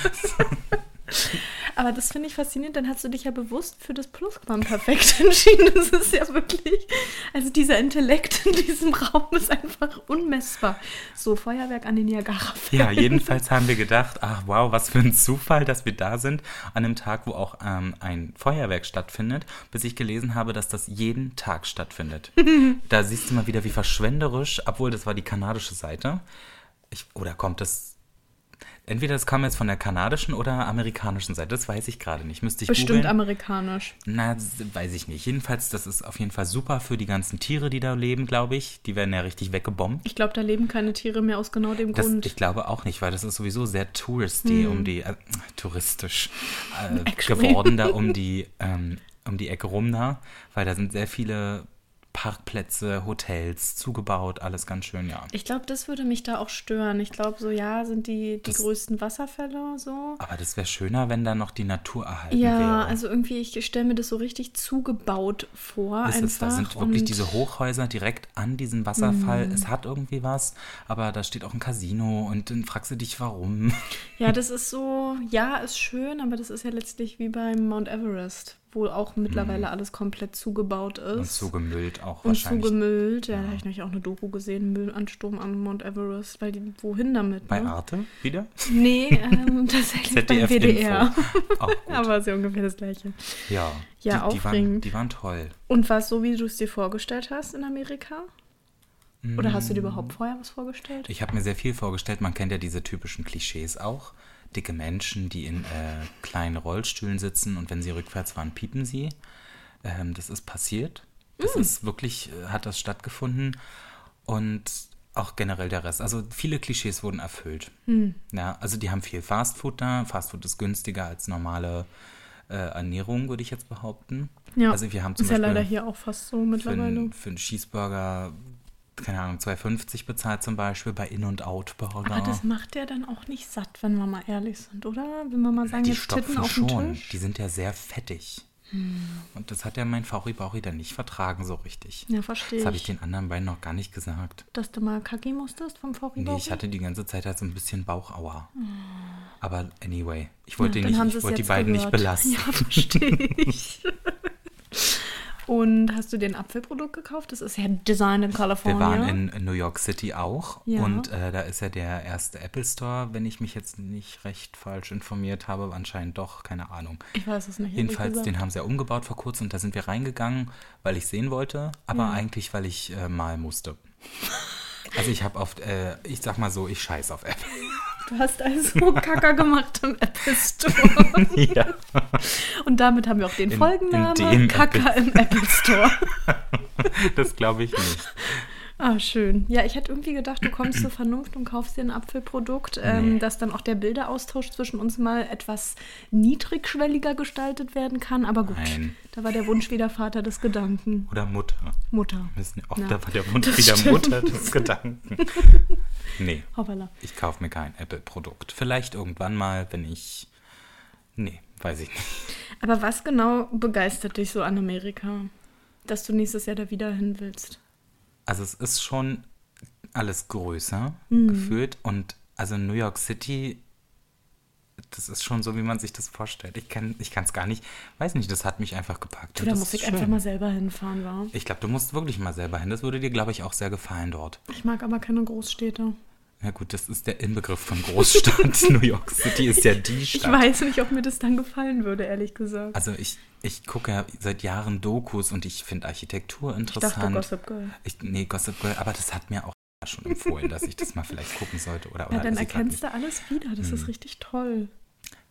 S1: Aber das finde ich faszinierend. Dann hast du dich ja bewusst für das Plusquamperfekt entschieden. Das ist ja wirklich. Also dieser Intellekt in diesem Raum ist einfach unmessbar. So, Feuerwerk an den Niagara.
S2: Ja, jedenfalls haben wir gedacht, ach wow, was für ein Zufall, dass wir da sind, an einem Tag, wo auch ähm, ein Feuerwerk stattfindet, bis ich gelesen habe, dass das jeden Tag stattfindet. da siehst du mal wieder, wie verschwenderisch, obwohl das war die kanadische Seite, ich, oder kommt das, entweder das kam jetzt von der kanadischen oder amerikanischen Seite, das weiß ich gerade nicht, müsste ich
S1: Bestimmt
S2: googeln.
S1: amerikanisch.
S2: Na, s- weiß ich nicht. Jedenfalls, das ist auf jeden Fall super für die ganzen Tiere, die da leben, glaube ich. Die werden ja richtig weggebombt.
S1: Ich glaube, da leben keine Tiere mehr aus genau dem
S2: Das,
S1: Grund.
S2: ich glaube auch nicht, weil das ist sowieso sehr touristy um die, äh, touristisch äh,
S1: Hm. Actually.
S2: geworden da um die, ähm, um die Ecke rum da, weil da sind sehr viele Parkplätze, Hotels zugebaut, alles ganz schön, ja.
S1: Ich glaube, das würde mich da auch stören. Ich glaube, so ja, sind die, die
S2: Das-
S1: größten Wasserfälle so.
S2: Aber das wäre schöner, wenn da noch die Natur erhalten
S1: Ja,
S2: wäre.
S1: also irgendwie, ich stelle mir das so richtig zugebaut vor.
S2: ist
S1: einfach
S2: es, da sind wirklich
S1: und Mhm.
S2: diese Hochhäuser direkt an diesem Wasserfall. Es hat irgendwie was, aber da steht auch ein Casino und dann fragst du dich, warum.
S1: Ja, das ist so, ja, ist schön, aber das ist ja letztlich wie beim Mount Everest, wo auch mittlerweile alles komplett zugebaut ist.
S2: Mhm. Und zugemüllt auch
S1: Und
S2: wahrscheinlich.
S1: zugemüllt. Ja, da habe ich nämlich auch eine Doku gesehen, Müllansturm am Mount Everest, weil die, wohin damit?
S2: Bei
S1: ne?
S2: Arte wieder?
S1: Nee, ähm, tatsächlich beim
S2: ZDF
S1: WDR.
S2: Info. Auch gut.
S1: Aber ist ja ungefähr das Gleiche.
S2: ja.
S1: Ja,
S2: die, die, waren,
S1: aufregend.
S2: die waren toll.
S1: Und war es so, wie du es dir vorgestellt hast in Amerika? Oder hast
S2: Mm.
S1: du dir überhaupt vorher was vorgestellt?
S2: Ich habe mir sehr viel vorgestellt. Man kennt ja diese typischen Klischees auch. Dicke Menschen, die in äh, kleinen Rollstühlen sitzen und wenn sie rückwärts fahren, piepen sie. Ähm, das ist passiert.
S1: Hm.
S2: Das ist wirklich, äh, hat das stattgefunden. Und auch generell der Rest. Also viele Klischees wurden erfüllt.
S1: Hm.
S2: Ja, also die haben viel Fastfood da. Fastfood ist günstiger als normale äh, Ernährung, würde ich jetzt behaupten. Also wir haben zum
S1: ist ja
S2: Beispiel
S1: leider hier auch fast so
S2: für einen,
S1: mittlerweile.
S2: für einen Cheeseburger, keine Ahnung, 2,50 bezahlt zum Beispiel bei In- und Out-Burger.
S1: Aber das macht ja dann auch nicht satt, wenn wir mal ehrlich sind, oder? Wenn wir mal sagen,
S2: die
S1: jetzt Titten
S2: stopfen
S1: auf den
S2: schon.
S1: Tisch. Hm.
S2: Die sind ja sehr fettig. Und das hat ja mein Fauri Bauri dann nicht vertragen so richtig.
S1: Ja, verstehe
S2: Das habe
S1: ich.
S2: ich den anderen beiden noch gar nicht gesagt.
S1: Dass du mal kacki musstest vom Vorüber?
S2: Nee, ich hatte die ganze Zeit halt so ein bisschen Bauchauer. Aber anyway, ich wollte,
S1: Hm. Dann
S2: ihn
S1: haben
S2: nicht,
S1: sie
S2: ich
S1: es
S2: wollte die
S1: jetzt
S2: beiden nicht
S1: gehört.
S2: belasten.
S1: Ja, verstehe ich. Und hast du dir ein Apfelprodukt gekauft? Das ist ja Design in
S2: Wir
S1: California.
S2: waren in New York City auch
S1: Ja.
S2: und äh, da ist ja der erste Apple Store, wenn ich mich jetzt nicht recht falsch informiert habe, anscheinend doch, keine Ahnung.
S1: ich weiß es nicht. ehrlich
S2: Jedenfalls,
S1: gesagt.
S2: den haben sie ja umgebaut vor kurzem und da sind wir reingegangen, weil ich sehen wollte, aber eigentlich, weil ich äh, mal musste. Also ich habe oft, äh, ich sag mal so, ich scheiß auf Apple.
S1: Du hast also Kacker gemacht im Apple Store.
S2: Ja.
S1: Und damit haben wir auch den
S2: In-
S1: Folgennamen.
S2: in dem
S1: Kacker im Apple Store.
S2: Das glaube ich nicht.
S1: Ah, schön. Ja, ich hätte irgendwie gedacht, du kommst zur Vernunft und kaufst dir ein Apfelprodukt, ähm, dass dann auch der Bilderaustausch zwischen uns mal etwas niedrigschwelliger gestaltet werden kann. Aber gut,
S2: Nein.
S1: da war der Wunsch wieder Vater des Gedanken.
S2: Oder Mutter.
S1: Mutter.
S2: Müssen, auch
S1: Ja,
S2: da war der Mund
S1: das
S2: wieder
S1: stimmt.
S2: Mutter des Gedanken. Nee.
S1: Hoppala.
S2: Ich kaufe mir kein Apple-Produkt. Vielleicht irgendwann mal, wenn ich. Nee, weiß ich nicht.
S1: Aber was genau begeistert dich so an Amerika, dass du nächstes Jahr da wieder hin willst?
S2: Also es ist schon alles größer
S1: Hm.
S2: gefühlt und also New York City, das ist schon so, wie man sich das vorstellt. Ich kann ich es gar nicht, weiß nicht, das hat mich einfach gepackt.
S1: Du,
S2: und
S1: da
S2: das
S1: muss
S2: ist
S1: ich einfach
S2: schön.
S1: mal selber hinfahren, wa?
S2: Ich glaube, du musst wirklich mal selber hin. Das würde dir, glaube ich, auch sehr gefallen dort.
S1: Ich mag aber keine Großstädte.
S2: Na gut, das ist der Inbegriff von Großstadt. New York City ist ja die Stadt.
S1: Ich weiß nicht, ob mir das dann gefallen würde, ehrlich gesagt.
S2: Also ich, ich gucke ja seit Jahren Dokus und ich finde Architektur
S1: oh
S2: interessant.
S1: Gossip Girl.
S2: Ich, nee, Gossip Girl, aber das hat mir auch schon empfohlen, dass ich das mal vielleicht gucken sollte. Oder, oder
S1: Ja, dann
S2: sie grad
S1: erkennst
S2: nicht.
S1: du alles wieder. Das
S2: Hm.
S1: ist richtig toll.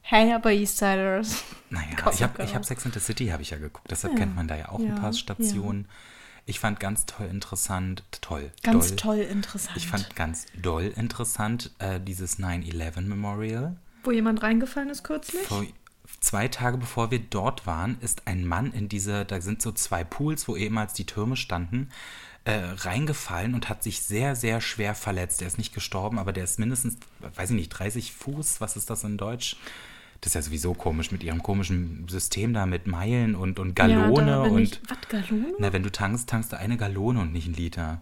S1: Hey, aber Eastsiders.
S2: Naja,
S1: Gossip
S2: ich habe
S1: Girl.
S2: ich hab Sex and the City habe ich ja geguckt, deshalb kennt man da ja auch
S1: Ja,
S2: ein paar
S1: ja.
S2: Stationen. Ich fand ganz toll interessant, toll,
S1: Ganz
S2: doll.
S1: toll, interessant.
S2: Ich fand ganz doll interessant äh, dieses 9-11 Memorial.
S1: Wo jemand reingefallen ist kürzlich?
S2: Vor zwei Tage bevor wir dort waren, ist ein Mann in diese, da sind so zwei Pools, wo ehemals die Türme standen, äh, reingefallen und hat sich sehr, sehr schwer verletzt. Der ist nicht gestorben, aber der ist mindestens, weiß ich nicht, 30 Fuß, was ist das in Deutsch? Das ist ja sowieso komisch mit ihrem komischen System da mit Meilen und, und Gallone
S1: ja, da bin
S2: und.
S1: Ich, was, Gallone?
S2: Na, wenn du tankst, tankst du eine Gallone und nicht einen Liter.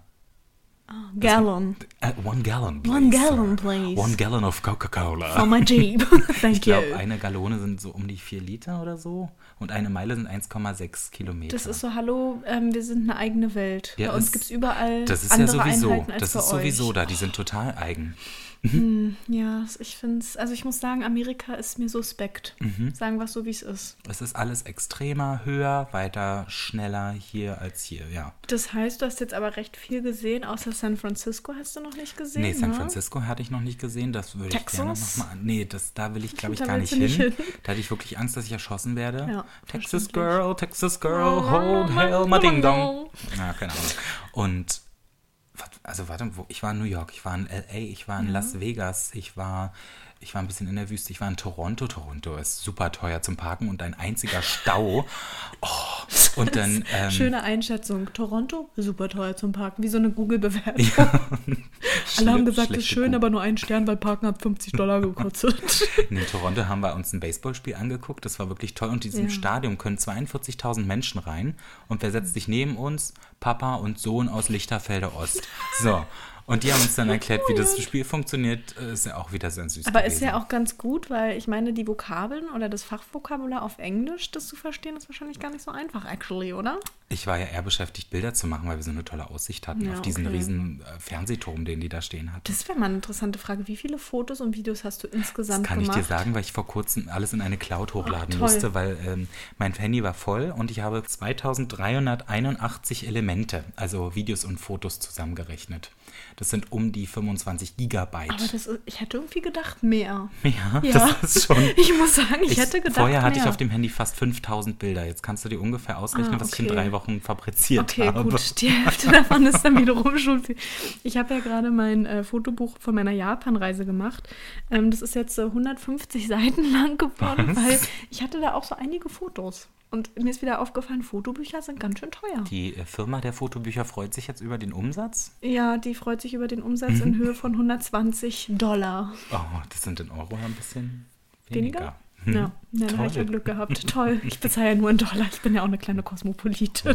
S1: Gallon.
S2: Äh, one gallon, please.
S1: One gallon,
S2: sir.
S1: please.
S2: One gallon of Coca-Cola.
S1: For my Oh, Jeep. Thank
S2: Ich glaube,
S1: you.
S2: eine Gallone sind so um die 4 Liter oder so und eine Meile sind 1,6 Kilometer.
S1: Das ist so, hallo, ähm, wir sind eine eigene Welt.
S2: Ja,
S1: bei uns
S2: es-
S1: gibt es überall
S2: Das ist ja
S1: andere
S2: sowieso,
S1: Einheiten als
S2: das
S1: bei
S2: ist sowieso
S1: euch.
S2: da, die sind total eigen.
S1: Ja, ich finde es, also ich muss sagen, Amerika ist mir suspekt.
S2: Mhm.
S1: Sagen wir es so, wie es ist.
S2: Es ist alles extremer, höher, weiter, schneller hier als hier, ja.
S1: Das heißt, du hast jetzt aber recht viel gesehen, außer San Francisco hast du noch nicht gesehen,
S2: Nee, San
S1: ne?
S2: Francisco hatte ich noch nicht gesehen, das würde ich gerne
S1: Texas?
S2: nochmal an. Nee, das, da will ich, glaube ich,
S1: Da
S2: gar nicht
S1: willst
S2: hin.
S1: du nicht hin.
S2: Da hatte ich wirklich Angst, dass ich erschossen werde.
S1: Ja,
S2: Texas
S1: verständlich.
S2: Girl, Texas Girl, hold hell, my ding dong. Ja, keine Ahnung. Und, wat- also warte, wo, ich war in New York, ich war in L.A., ich war in Las Vegas, ich war, ich war ein bisschen in der Wüste, ich war in Toronto. Toronto ist super teuer zum Parken und ein einziger Stau. Oh, und dann... Ähm,
S1: Schöne Einschätzung. Toronto, super teuer zum Parken, wie so eine Google-Bewertung. Alle
S2: schle-
S1: haben gesagt, es ist
S2: schlechte
S1: schön, aber nur einen Stern, weil Parken hat 50 Dollar gekostet.
S2: In Toronto haben wir uns ein Baseballspiel angeguckt. Das war wirklich toll. Und in diesem
S1: Ja.
S2: Stadion können 42.000 Menschen rein. Und wer setzt sich neben uns? Papa und Sohn aus Lichterfelde Ost. So. Und die haben uns dann erklärt, wie das Spiel funktioniert. Äh, Ist ja auch wieder sehr süß.
S1: Aber
S2: gewesen.
S1: ist ja auch ganz gut, weil ich meine, die Vokabeln oder das Fachvokabular auf Englisch, das zu verstehen, ist wahrscheinlich gar nicht so einfach, actually, oder?
S2: Ich war ja eher beschäftigt, Bilder zu machen, weil wir so eine tolle Aussicht hatten
S1: Ja,
S2: auf diesen
S1: okay.
S2: riesen äh, Fernsehturm, den die da stehen hatten.
S1: Das wäre mal eine interessante Frage. Wie viele Fotos und Videos hast du
S2: Das
S1: insgesamt
S2: kann ich
S1: gemacht?
S2: dir sagen, weil ich vor kurzem alles in eine Cloud hochladen
S1: Ach, toll.
S2: musste, weil ähm, mein Handy war voll und ich habe 2381 Elemente, also Videos und Fotos zusammengerechnet. Das sind um die 25 Gigabyte.
S1: Aber das ist, ich hätte irgendwie gedacht, mehr.
S2: ja, das ist schon.
S1: Ich muss sagen, ich, hätte gedacht,
S2: Vorher hatte
S1: mehr.
S2: ich auf dem Handy fast 5000 Bilder. Jetzt kannst du dir ungefähr ausrechnen,
S1: Ah,
S2: was ich in
S1: okay.
S2: drei Wochen fabriziert
S1: Okay,
S2: habe.
S1: gut, die Hälfte davon ist dann wiederum schon viel. Ich habe ja gerade mein äh, Fotobuch von meiner Japan-Reise gemacht. Ähm, das ist jetzt äh, 150 Seiten lang geworden, weil ich hatte da auch so einige Fotos. Und mir ist wieder aufgefallen, Fotobücher sind ganz schön teuer.
S2: Die äh, Firma der Fotobücher freut sich jetzt über den Umsatz.
S1: Ja, die freut sich über den Umsatz in Höhe von 120 Dollar.
S2: Oh, das sind in Euro ein bisschen
S1: Weniger?
S2: weniger. Hm.
S1: Ja, ja da habe ich ja
S2: Toll.
S1: Glück gehabt. Toll, ich bezahle ja nur einen Dollar. Ich bin ja auch eine kleine Kosmopolitin.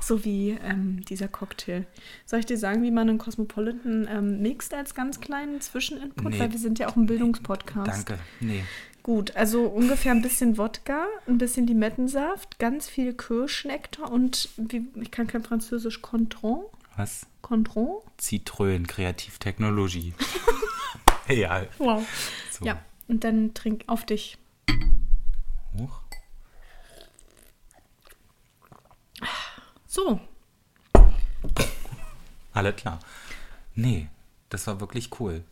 S1: So wie ähm, dieser Cocktail. Soll ich dir sagen, wie man einen Cosmopolitan ähm, mixt als ganz kleinen Zwischeninput?
S2: Nee.
S1: Weil wir sind ja auch ein Bildungspodcast.
S2: Danke. Nee.
S1: Gut, also ungefähr ein bisschen Wodka, ein bisschen Limettensaft, ganz viel Kirschnektar und wie, ich kann kein Französisch, Contron.
S2: Was?
S1: Contron?
S2: Zitrönen, Kreativtechnologie. ja.
S1: Wow.
S2: So.
S1: Ja, und dann trink auf dich.
S2: Hoch.
S1: So,
S2: Alles klar. Nee, das war wirklich cool.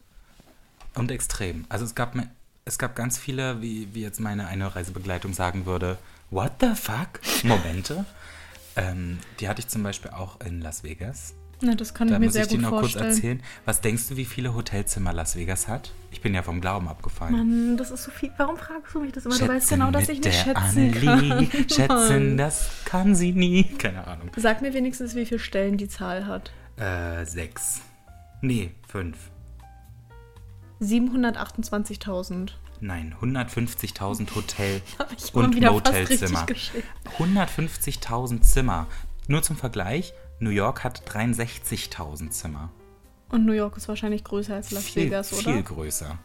S2: Und extrem. Also es gab, mir- es gab ganz viele, wie, wie jetzt meine eine Reisebegleitung sagen würde, what the fuck? Momente. ähm, die hatte ich zum Beispiel auch in Las Vegas.
S1: na, das kann
S2: Da
S1: ich mir
S2: muss
S1: sehr
S2: ich dir
S1: gut
S2: noch kurz
S1: vorstellen.
S2: erzählen. Was denkst du, wie viele Hotelzimmer Las Vegas hat? Ich bin ja vom Glauben abgefallen.
S1: Mann, Ähm, das ist so viel. Warum fragst du mich das immer?
S2: Schätzen
S1: du weißt genau, dass ich nicht
S2: mit der
S1: schätzen
S2: Annelie.
S1: kann.
S2: Schätzen,
S1: Mann.
S2: das kann sie nie. Keine Ahnung.
S1: Sag mir wenigstens, wie viele Stellen die Zahl hat.
S2: Äh, sechs. Nee, fünf.
S1: 728.000.
S2: Nein, 150.000 Hotel-
S1: Hab ich mal
S2: und
S1: wieder fast
S2: Motelzimmer.
S1: richtig geschickt.
S2: 150.000 Zimmer. Nur zum Vergleich, New York hat 63.000 Zimmer.
S1: Und New York ist wahrscheinlich größer als Las
S2: viel,
S1: Vegas, oder?
S2: viel größer.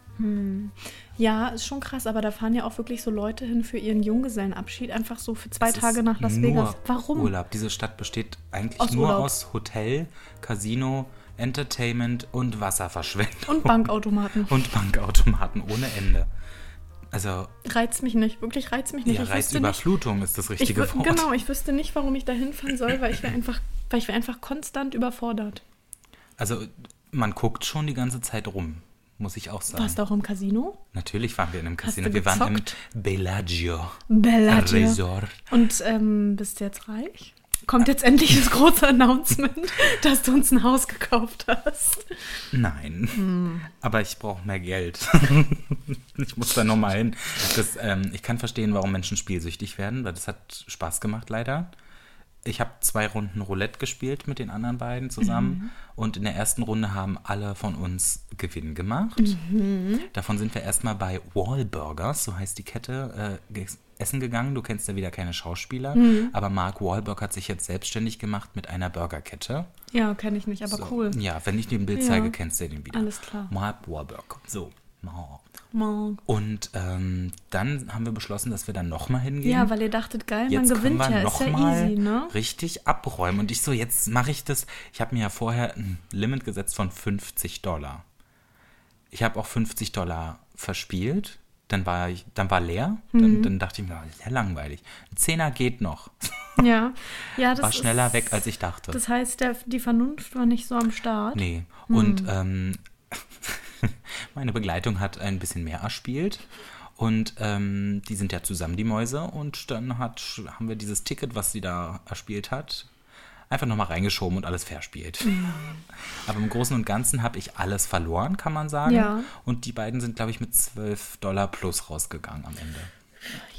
S1: Ja, ist schon krass, aber da fahren ja auch wirklich so Leute hin für ihren Junggesellenabschied, einfach so für zwei
S2: Es
S1: Tage
S2: ist
S1: nach Las
S2: nur
S1: Vegas. Warum?
S2: Urlaub. Diese Stadt besteht eigentlich
S1: Aus
S2: nur
S1: Urlaub.
S2: aus Hotel, Casino, Entertainment und Wasserverschwendung.
S1: Und Bankautomaten.
S2: Und Bankautomaten ohne Ende. Also,
S1: Reizt mich nicht, wirklich reizt mich nicht.
S2: ja,
S1: ich wüsste nicht,
S2: Reizüberflutung ist das
S1: Ich
S2: richtige
S1: wü-
S2: Wort.
S1: genau, ich wüsste nicht, warum ich da hinfahren soll, weil ich wäre einfach, weil ich wäre einfach konstant überfordert.
S2: Also, man guckt schon die ganze Zeit rum, muss ich auch sagen.
S1: Warst du auch im Casino?
S2: Natürlich waren wir in einem
S1: Hast
S2: Casino.
S1: du
S2: Wir waren
S1: gezockt?
S2: im Bellagio.
S1: Bellagio.
S2: Resort.
S1: Und ähm, bist du jetzt reich? Kommt jetzt endlich das große Announcement, dass du uns ein Haus gekauft hast.
S2: Nein. Aber ich brauche mehr Geld. ich muss da nochmal hin. Das, ähm, ich kann verstehen, warum Menschen spielsüchtig werden, weil das hat Spaß gemacht, leider. Ich habe zwei Runden Roulette gespielt mit den anderen beiden zusammen. Und in der ersten Runde haben alle von uns Gewinn gemacht. Davon sind wir erstmal bei Wahlburgers, so heißt die Kette, äh, ge- essen gegangen. Du kennst ja wieder keine Schauspieler. Aber Mark Wahlberg hat sich jetzt selbstständig gemacht mit einer Burgerkette.
S1: Ja, kenne ich nicht, aber
S2: So.
S1: cool.
S2: Ja, wenn ich dir ein Bild
S1: Ja.
S2: zeige, kennst du den wieder.
S1: Alles klar.
S2: Mark Warburg. So. Mark.
S1: Mann.
S2: Und ähm, dann haben wir beschlossen, dass wir dann nochmal hingehen.
S1: Ja, weil ihr dachtet, geil,
S2: jetzt
S1: man gewinnt
S2: können wir
S1: ja, ist
S2: noch
S1: ja
S2: mal
S1: easy, ne?
S2: richtig abräumen. Und ich so, jetzt mache ich das. Ich habe mir ja vorher ein Limit gesetzt von 50 Dollar. Ich habe auch 50 Dollar verspielt. Dann war ich, dann war leer.
S1: Mhm.
S2: Dann, dann dachte ich mir, das ist ja langweilig. Ein Zehner geht noch.
S1: Ja, ja das
S2: War schneller
S1: ist,
S2: weg, als ich dachte.
S1: Das heißt, der, die Vernunft war nicht so am Start.
S2: Nee. Und ähm, meine Begleitung hat ein bisschen mehr erspielt. Und ähm, die sind ja zusammen, die Mäuse. Und dann hat, haben wir dieses Ticket, was sie da erspielt hat, einfach nochmal reingeschoben und alles verspielt. Aber im Großen und Ganzen habe ich alles verloren, kann man sagen.
S1: Ja.
S2: Und die beiden sind, glaube ich, mit 12 Dollar plus rausgegangen am Ende.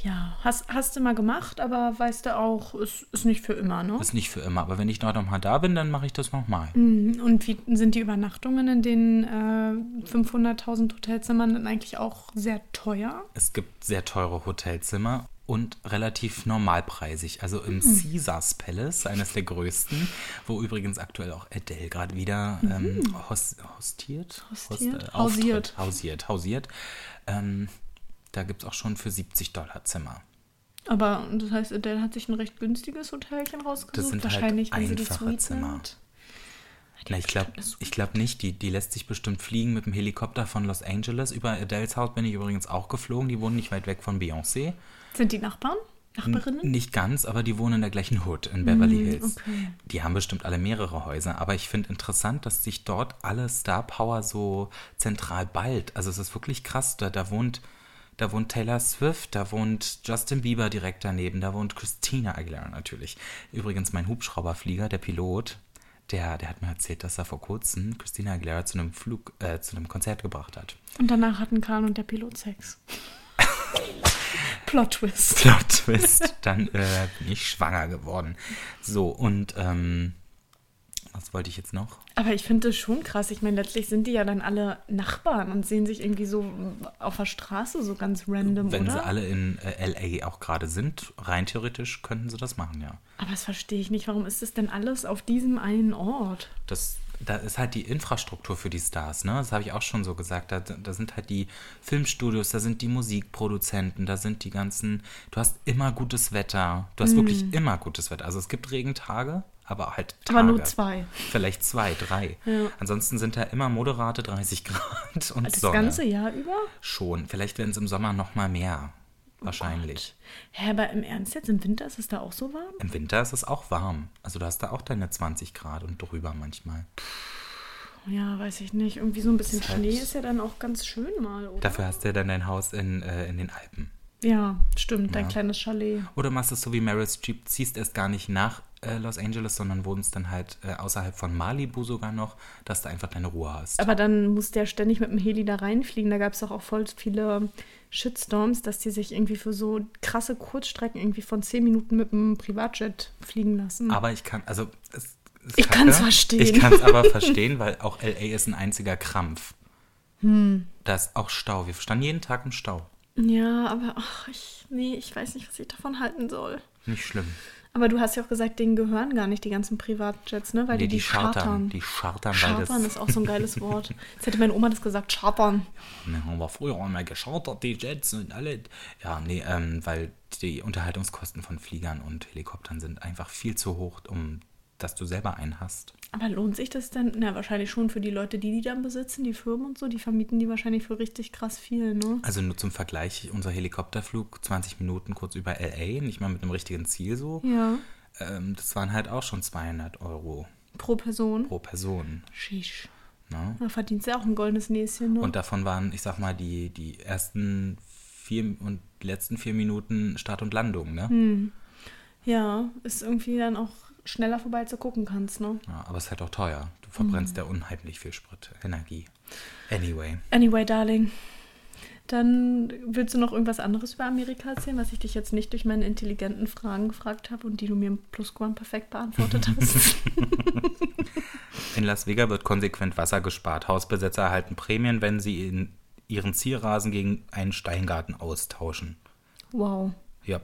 S1: Ja, hast, hast du mal gemacht, aber weißt du auch, es ist nicht für immer, ne?
S2: Ist nicht für immer. Aber wenn ich noch mal da bin, dann mache ich das nochmal.
S1: Und wie sind die Übernachtungen in den äh, 500.000 Hotelzimmern dann eigentlich auch sehr teuer?
S2: Es gibt sehr teure Hotelzimmer und relativ normalpreisig. Also
S1: Mhm.
S2: im Caesars Palace, eines der größten, wo übrigens aktuell auch Adele gerade wieder ähm, hos hostiert,
S1: Mhm. Hostiert?
S2: äh,
S1: Hausiert.
S2: auftritt. hausiert, hausiert. Ähm, da gibt es auch schon für 70 Dollar Zimmer.
S1: Aber das heißt, Adele hat sich ein recht günstiges Hotelchen rausgesucht.
S2: Das sind halt
S1: Wahrscheinlich, wenn sie die
S2: einfache
S1: Suite
S2: Zimmer.
S1: nimmt.
S2: Na, ich glaube
S1: bestimmt eine Suite.
S2: ich glaub nicht. Die, die lässt sich bestimmt fliegen mit dem Helikopter von Los Angeles. Über Adeles Haus bin ich übrigens auch geflogen. Die wohnen nicht weit weg von Beyoncé.
S1: Sind die Nachbarn? Nachbarinnen?
S2: N- Nicht ganz, aber die wohnen in der gleichen Hood in Beverly Hills. Die haben bestimmt alle mehrere Häuser, aber ich finde interessant, dass sich dort alle Star Power so zentral ballt. Also es ist wirklich krass, da, da wohnt da wohnt Taylor Swift, da wohnt Justin Bieber direkt daneben, da wohnt Christina Aguilera natürlich. Übrigens mein Hubschrauberflieger, der Pilot, der, der hat mir erzählt, dass er vor kurzem Christina Aguilera zu einem Flug äh, zu einem Konzert gebracht hat.
S1: Und danach hatten Kahn und der Pilot Sex. Plot Twist.
S2: Plot Twist. Dann äh, bin ich schwanger geworden. So, und ähm, was wollte ich jetzt noch?
S1: Aber ich finde das schon krass. Ich meine, letztlich sind die ja dann alle Nachbarn und sehen sich irgendwie so auf der Straße so ganz random,
S2: Wenn
S1: oder?
S2: sie alle in äh, LA auch gerade sind, rein theoretisch könnten sie das machen, ja.
S1: Aber das verstehe ich nicht. Warum ist das denn alles auf diesem einen Ort?
S2: Das, da ist halt die Infrastruktur für die Stars, ne? Das habe ich auch schon so gesagt. Da, da sind halt die Filmstudios, da sind die Musikproduzenten, da sind die ganzen. Du hast immer gutes Wetter. Du hast wirklich immer gutes Wetter. Also es gibt Regentage, aber halt Tage.
S1: Mhm. Aber nur zwei.
S2: Vielleicht zwei, drei. Ansonsten sind da immer moderate 30 Grad und
S1: Das
S2: Sonne.
S1: ganze Jahr über?
S2: Schon. Vielleicht werden es im Sommer noch mal mehr.
S1: Oh
S2: Wahrscheinlich.
S1: Hä, aber im Ernst jetzt? Im Winter ist es da auch so warm?
S2: Im Winter ist es auch warm. Also du hast da auch deine 20 Grad und drüber manchmal.
S1: Ja, weiß ich nicht. Irgendwie so ein bisschen
S2: Deshalb-
S1: Schnee ist ja dann auch ganz schön mal, oder?
S2: Dafür hast du ja dann dein Haus in, äh, in den Alpen.
S1: ja, stimmt. Dein kleines Chalet.
S2: Oder machst es so wie Meryl Streep, ziehst erst gar nicht nach äh, Los Angeles, sondern wohnst dann halt äh, außerhalb von Malibu sogar noch, dass du einfach deine Ruhe hast.
S1: Aber dann muss der ständig mit dem Heli da reinfliegen. Da gab es auch, auch voll viele Shitstorms, dass die sich irgendwie für so krasse Kurzstrecken irgendwie von 10 Minuten mit einem Privatjet fliegen lassen.
S2: Aber ich kann, also es, es
S1: Ich
S2: kacke.
S1: kann's verstehen.
S2: Ich kann es aber verstehen, weil auch LA ist ein einziger Krampf.
S1: Hm.
S2: Da ist auch Stau. Wir standen jeden Tag im Stau.
S1: ja, aber ach, ich, nee, ich weiß nicht, was ich davon halten soll.
S2: Nicht schlimm.
S1: Aber du hast ja auch gesagt, denen gehören gar nicht die ganzen Privatjets, ne? Weil
S2: Nee,
S1: die, die chartern.
S2: Die chartern, weil
S1: Chartern
S2: das.
S1: ist auch so ein geiles Wort. Jetzt hätte meine Oma das gesagt, chartern.
S2: Wir haben wir früher einmal geschartert, die Jets und alle. Ja, nee, ähm, weil die Unterhaltungskosten von Fliegern und Helikoptern sind einfach viel zu hoch, um dass du selber einen hast.
S1: Aber lohnt sich das denn? Na, wahrscheinlich schon für die Leute, die die dann besitzen, die Firmen und so, die vermieten die wahrscheinlich für richtig krass viel, ne?
S2: Also nur zum Vergleich, unser Helikopterflug 20 Minuten kurz über LA, nicht mal mit einem richtigen Ziel so.
S1: Ja.
S2: Ähm, das waren halt auch schon 200 Euro
S1: Pro Person.
S2: pro Person.
S1: Sheesh.
S2: Ne?
S1: Da verdient sie auch ein goldenes Näschen, ne?
S2: Und davon waren, ich sag mal, die, die ersten vier und letzten vier Minuten Start und Landung. Ne?
S1: ja, ist irgendwie dann auch schneller vorbei, als du gucken kannst, ne?
S2: Ja, aber es ist halt auch teuer. Du verbrennst ja unheimlich viel Sprit, Energie. Anyway,
S1: Anyway, Darling. Dann willst du noch irgendwas anderes über Amerika erzählen, was ich dich jetzt nicht durch meine intelligenten Fragen gefragt habe und die du mir im Plusquam perfekt beantwortet hast?
S2: in Las Vegas wird konsequent Wasser gespart. Hausbesitzer erhalten Prämien, wenn sie in ihren Zierrasen gegen einen Steingarten austauschen.
S1: wow.
S2: Ja,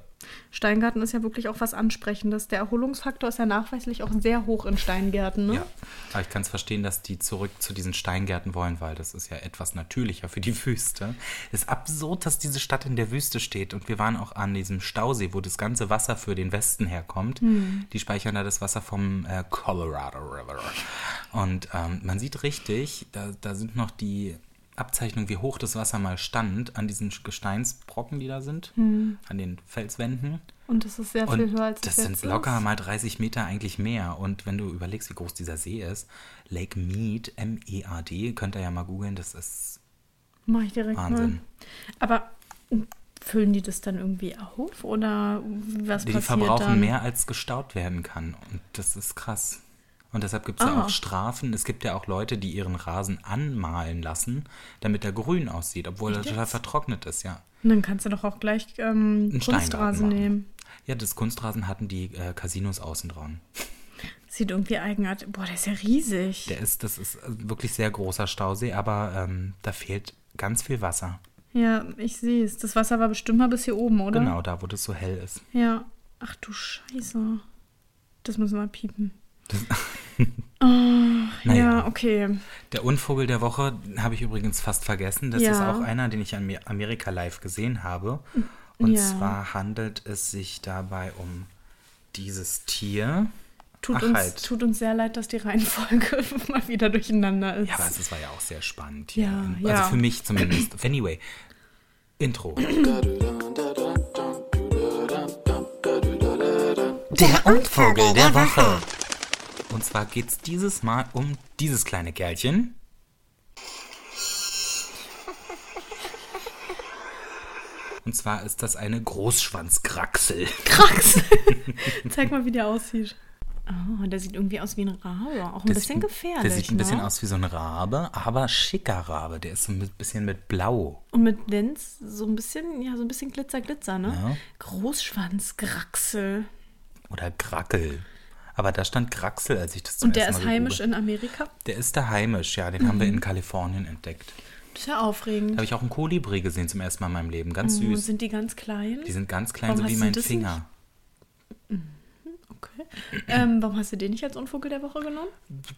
S1: Steingarten ist ja wirklich auch was Ansprechendes. Der Erholungsfaktor ist ja nachweislich auch sehr hoch in Steingärten. Ne?
S2: ja. Aber ich kann es verstehen, dass die zurück zu diesen Steingärten wollen, weil das ist ja etwas natürlicher für die Wüste. Es ist absurd, dass diese Stadt in der Wüste steht. Und wir waren auch an diesem Stausee, wo das ganze Wasser für den Westen herkommt. Die speichern da das Wasser vom äh, Colorado River. Und ähm, man sieht richtig, da, da sind noch die Abzeichnung, wie hoch das Wasser mal stand an diesen Gesteinsbrocken, die da sind, an den Felswänden.
S1: Und das ist sehr viel
S2: Und
S1: höher als
S2: das
S1: es
S2: sind
S1: jetzt
S2: locker
S1: ist.
S2: mal 30 Meter eigentlich mehr. Und wenn du überlegst, wie groß dieser See ist, Lake Mead, M-E-A-D, könnt ihr ja mal googeln, das ist
S1: Mach ich direkt
S2: Wahnsinn.
S1: mal. Aber hm, füllen die das dann irgendwie auf oder was
S2: die
S1: passiert
S2: verbrauchen
S1: dann?
S2: mehr, als gestaut werden kann. Und das ist krass. Und deshalb gibt es ja
S1: Ah.
S2: auch Strafen. Es gibt ja auch Leute, die ihren Rasen anmalen lassen, damit er grün aussieht, obwohl er total vertrocknet ist, ja.
S1: Und dann kannst du doch auch gleich ähm,
S2: Einen Steingarten
S1: Kunstrasen
S2: machen.
S1: nehmen.
S2: Ja, das Kunstrasen hatten die äh, Casinos außen dran.
S1: Sieht irgendwie eigenartig. Boah, der ist ja riesig.
S2: Der ist, das ist äh, wirklich sehr großer Stausee, aber ähm, da fehlt ganz viel Wasser.
S1: Ja, ich sehe es. Das Wasser war bestimmt mal bis hier oben, oder?
S2: Genau, da, wo das so hell ist.
S1: Ja. Ach du Scheiße. Das müssen wir piepen.
S2: Na ja.
S1: Ja, okay.
S2: Der Unvogel der Woche habe ich übrigens fast vergessen. Das
S1: Ja.
S2: ist auch einer, den ich in Amer- Amerika live gesehen habe. Und
S1: Ja.
S2: zwar handelt es sich dabei um dieses Tier.
S1: Tut
S2: Ach,
S1: uns,
S2: halt.
S1: tut uns sehr leid, dass die Reihenfolge mal wieder durcheinander ist.
S2: Ja, aber es war ja auch sehr spannend.
S1: Ja,
S2: hier. also
S1: ja.
S2: für mich zumindest. Anyway, Intro.
S4: Der Unvogel der Woche.
S2: Und zwar geht es dieses Mal um dieses kleine Kerlchen. Und zwar ist das eine Großschwanzkraxel.
S1: Krax. Zeig mal, wie der aussieht. Oh, der sieht irgendwie aus wie ein Rabe. Auch ein
S2: Der
S1: bisschen
S2: sieht-
S1: gefährlich.
S2: Der sieht ein bisschen
S1: ne?
S2: aus wie so ein Rabe, aber schicker Rabe. Der ist so ein bisschen mit Blau.
S1: Und mit Lenz so ein bisschen, ja, so ein bisschen Glitzer, Glitzer, ne?
S2: Ja.
S1: Großschwanz, Graxel.
S2: Oder Krackel. Aber da stand Kraxel, als ich das zum
S1: Und der
S2: ersten
S1: ist
S2: Mal
S1: heimisch Mhm.
S2: gegoogelt-
S1: in Amerika.
S2: Der ist da heimisch, ja. Den haben wir in Kalifornien entdeckt.
S1: Das ist ja
S2: Da
S1: aufregend.
S2: habe ich auch einen Kolibri gesehen zum ersten Mal in meinem Leben. Ganz
S1: Und
S2: süß.
S1: sind die ganz klein?
S2: Die sind ganz klein,
S1: Oh, Warum
S2: so wie
S1: hast du
S2: mein
S1: das nicht?
S2: Finger.
S1: okay. ähm, warum hast du den nicht als Unvogel der Woche genommen?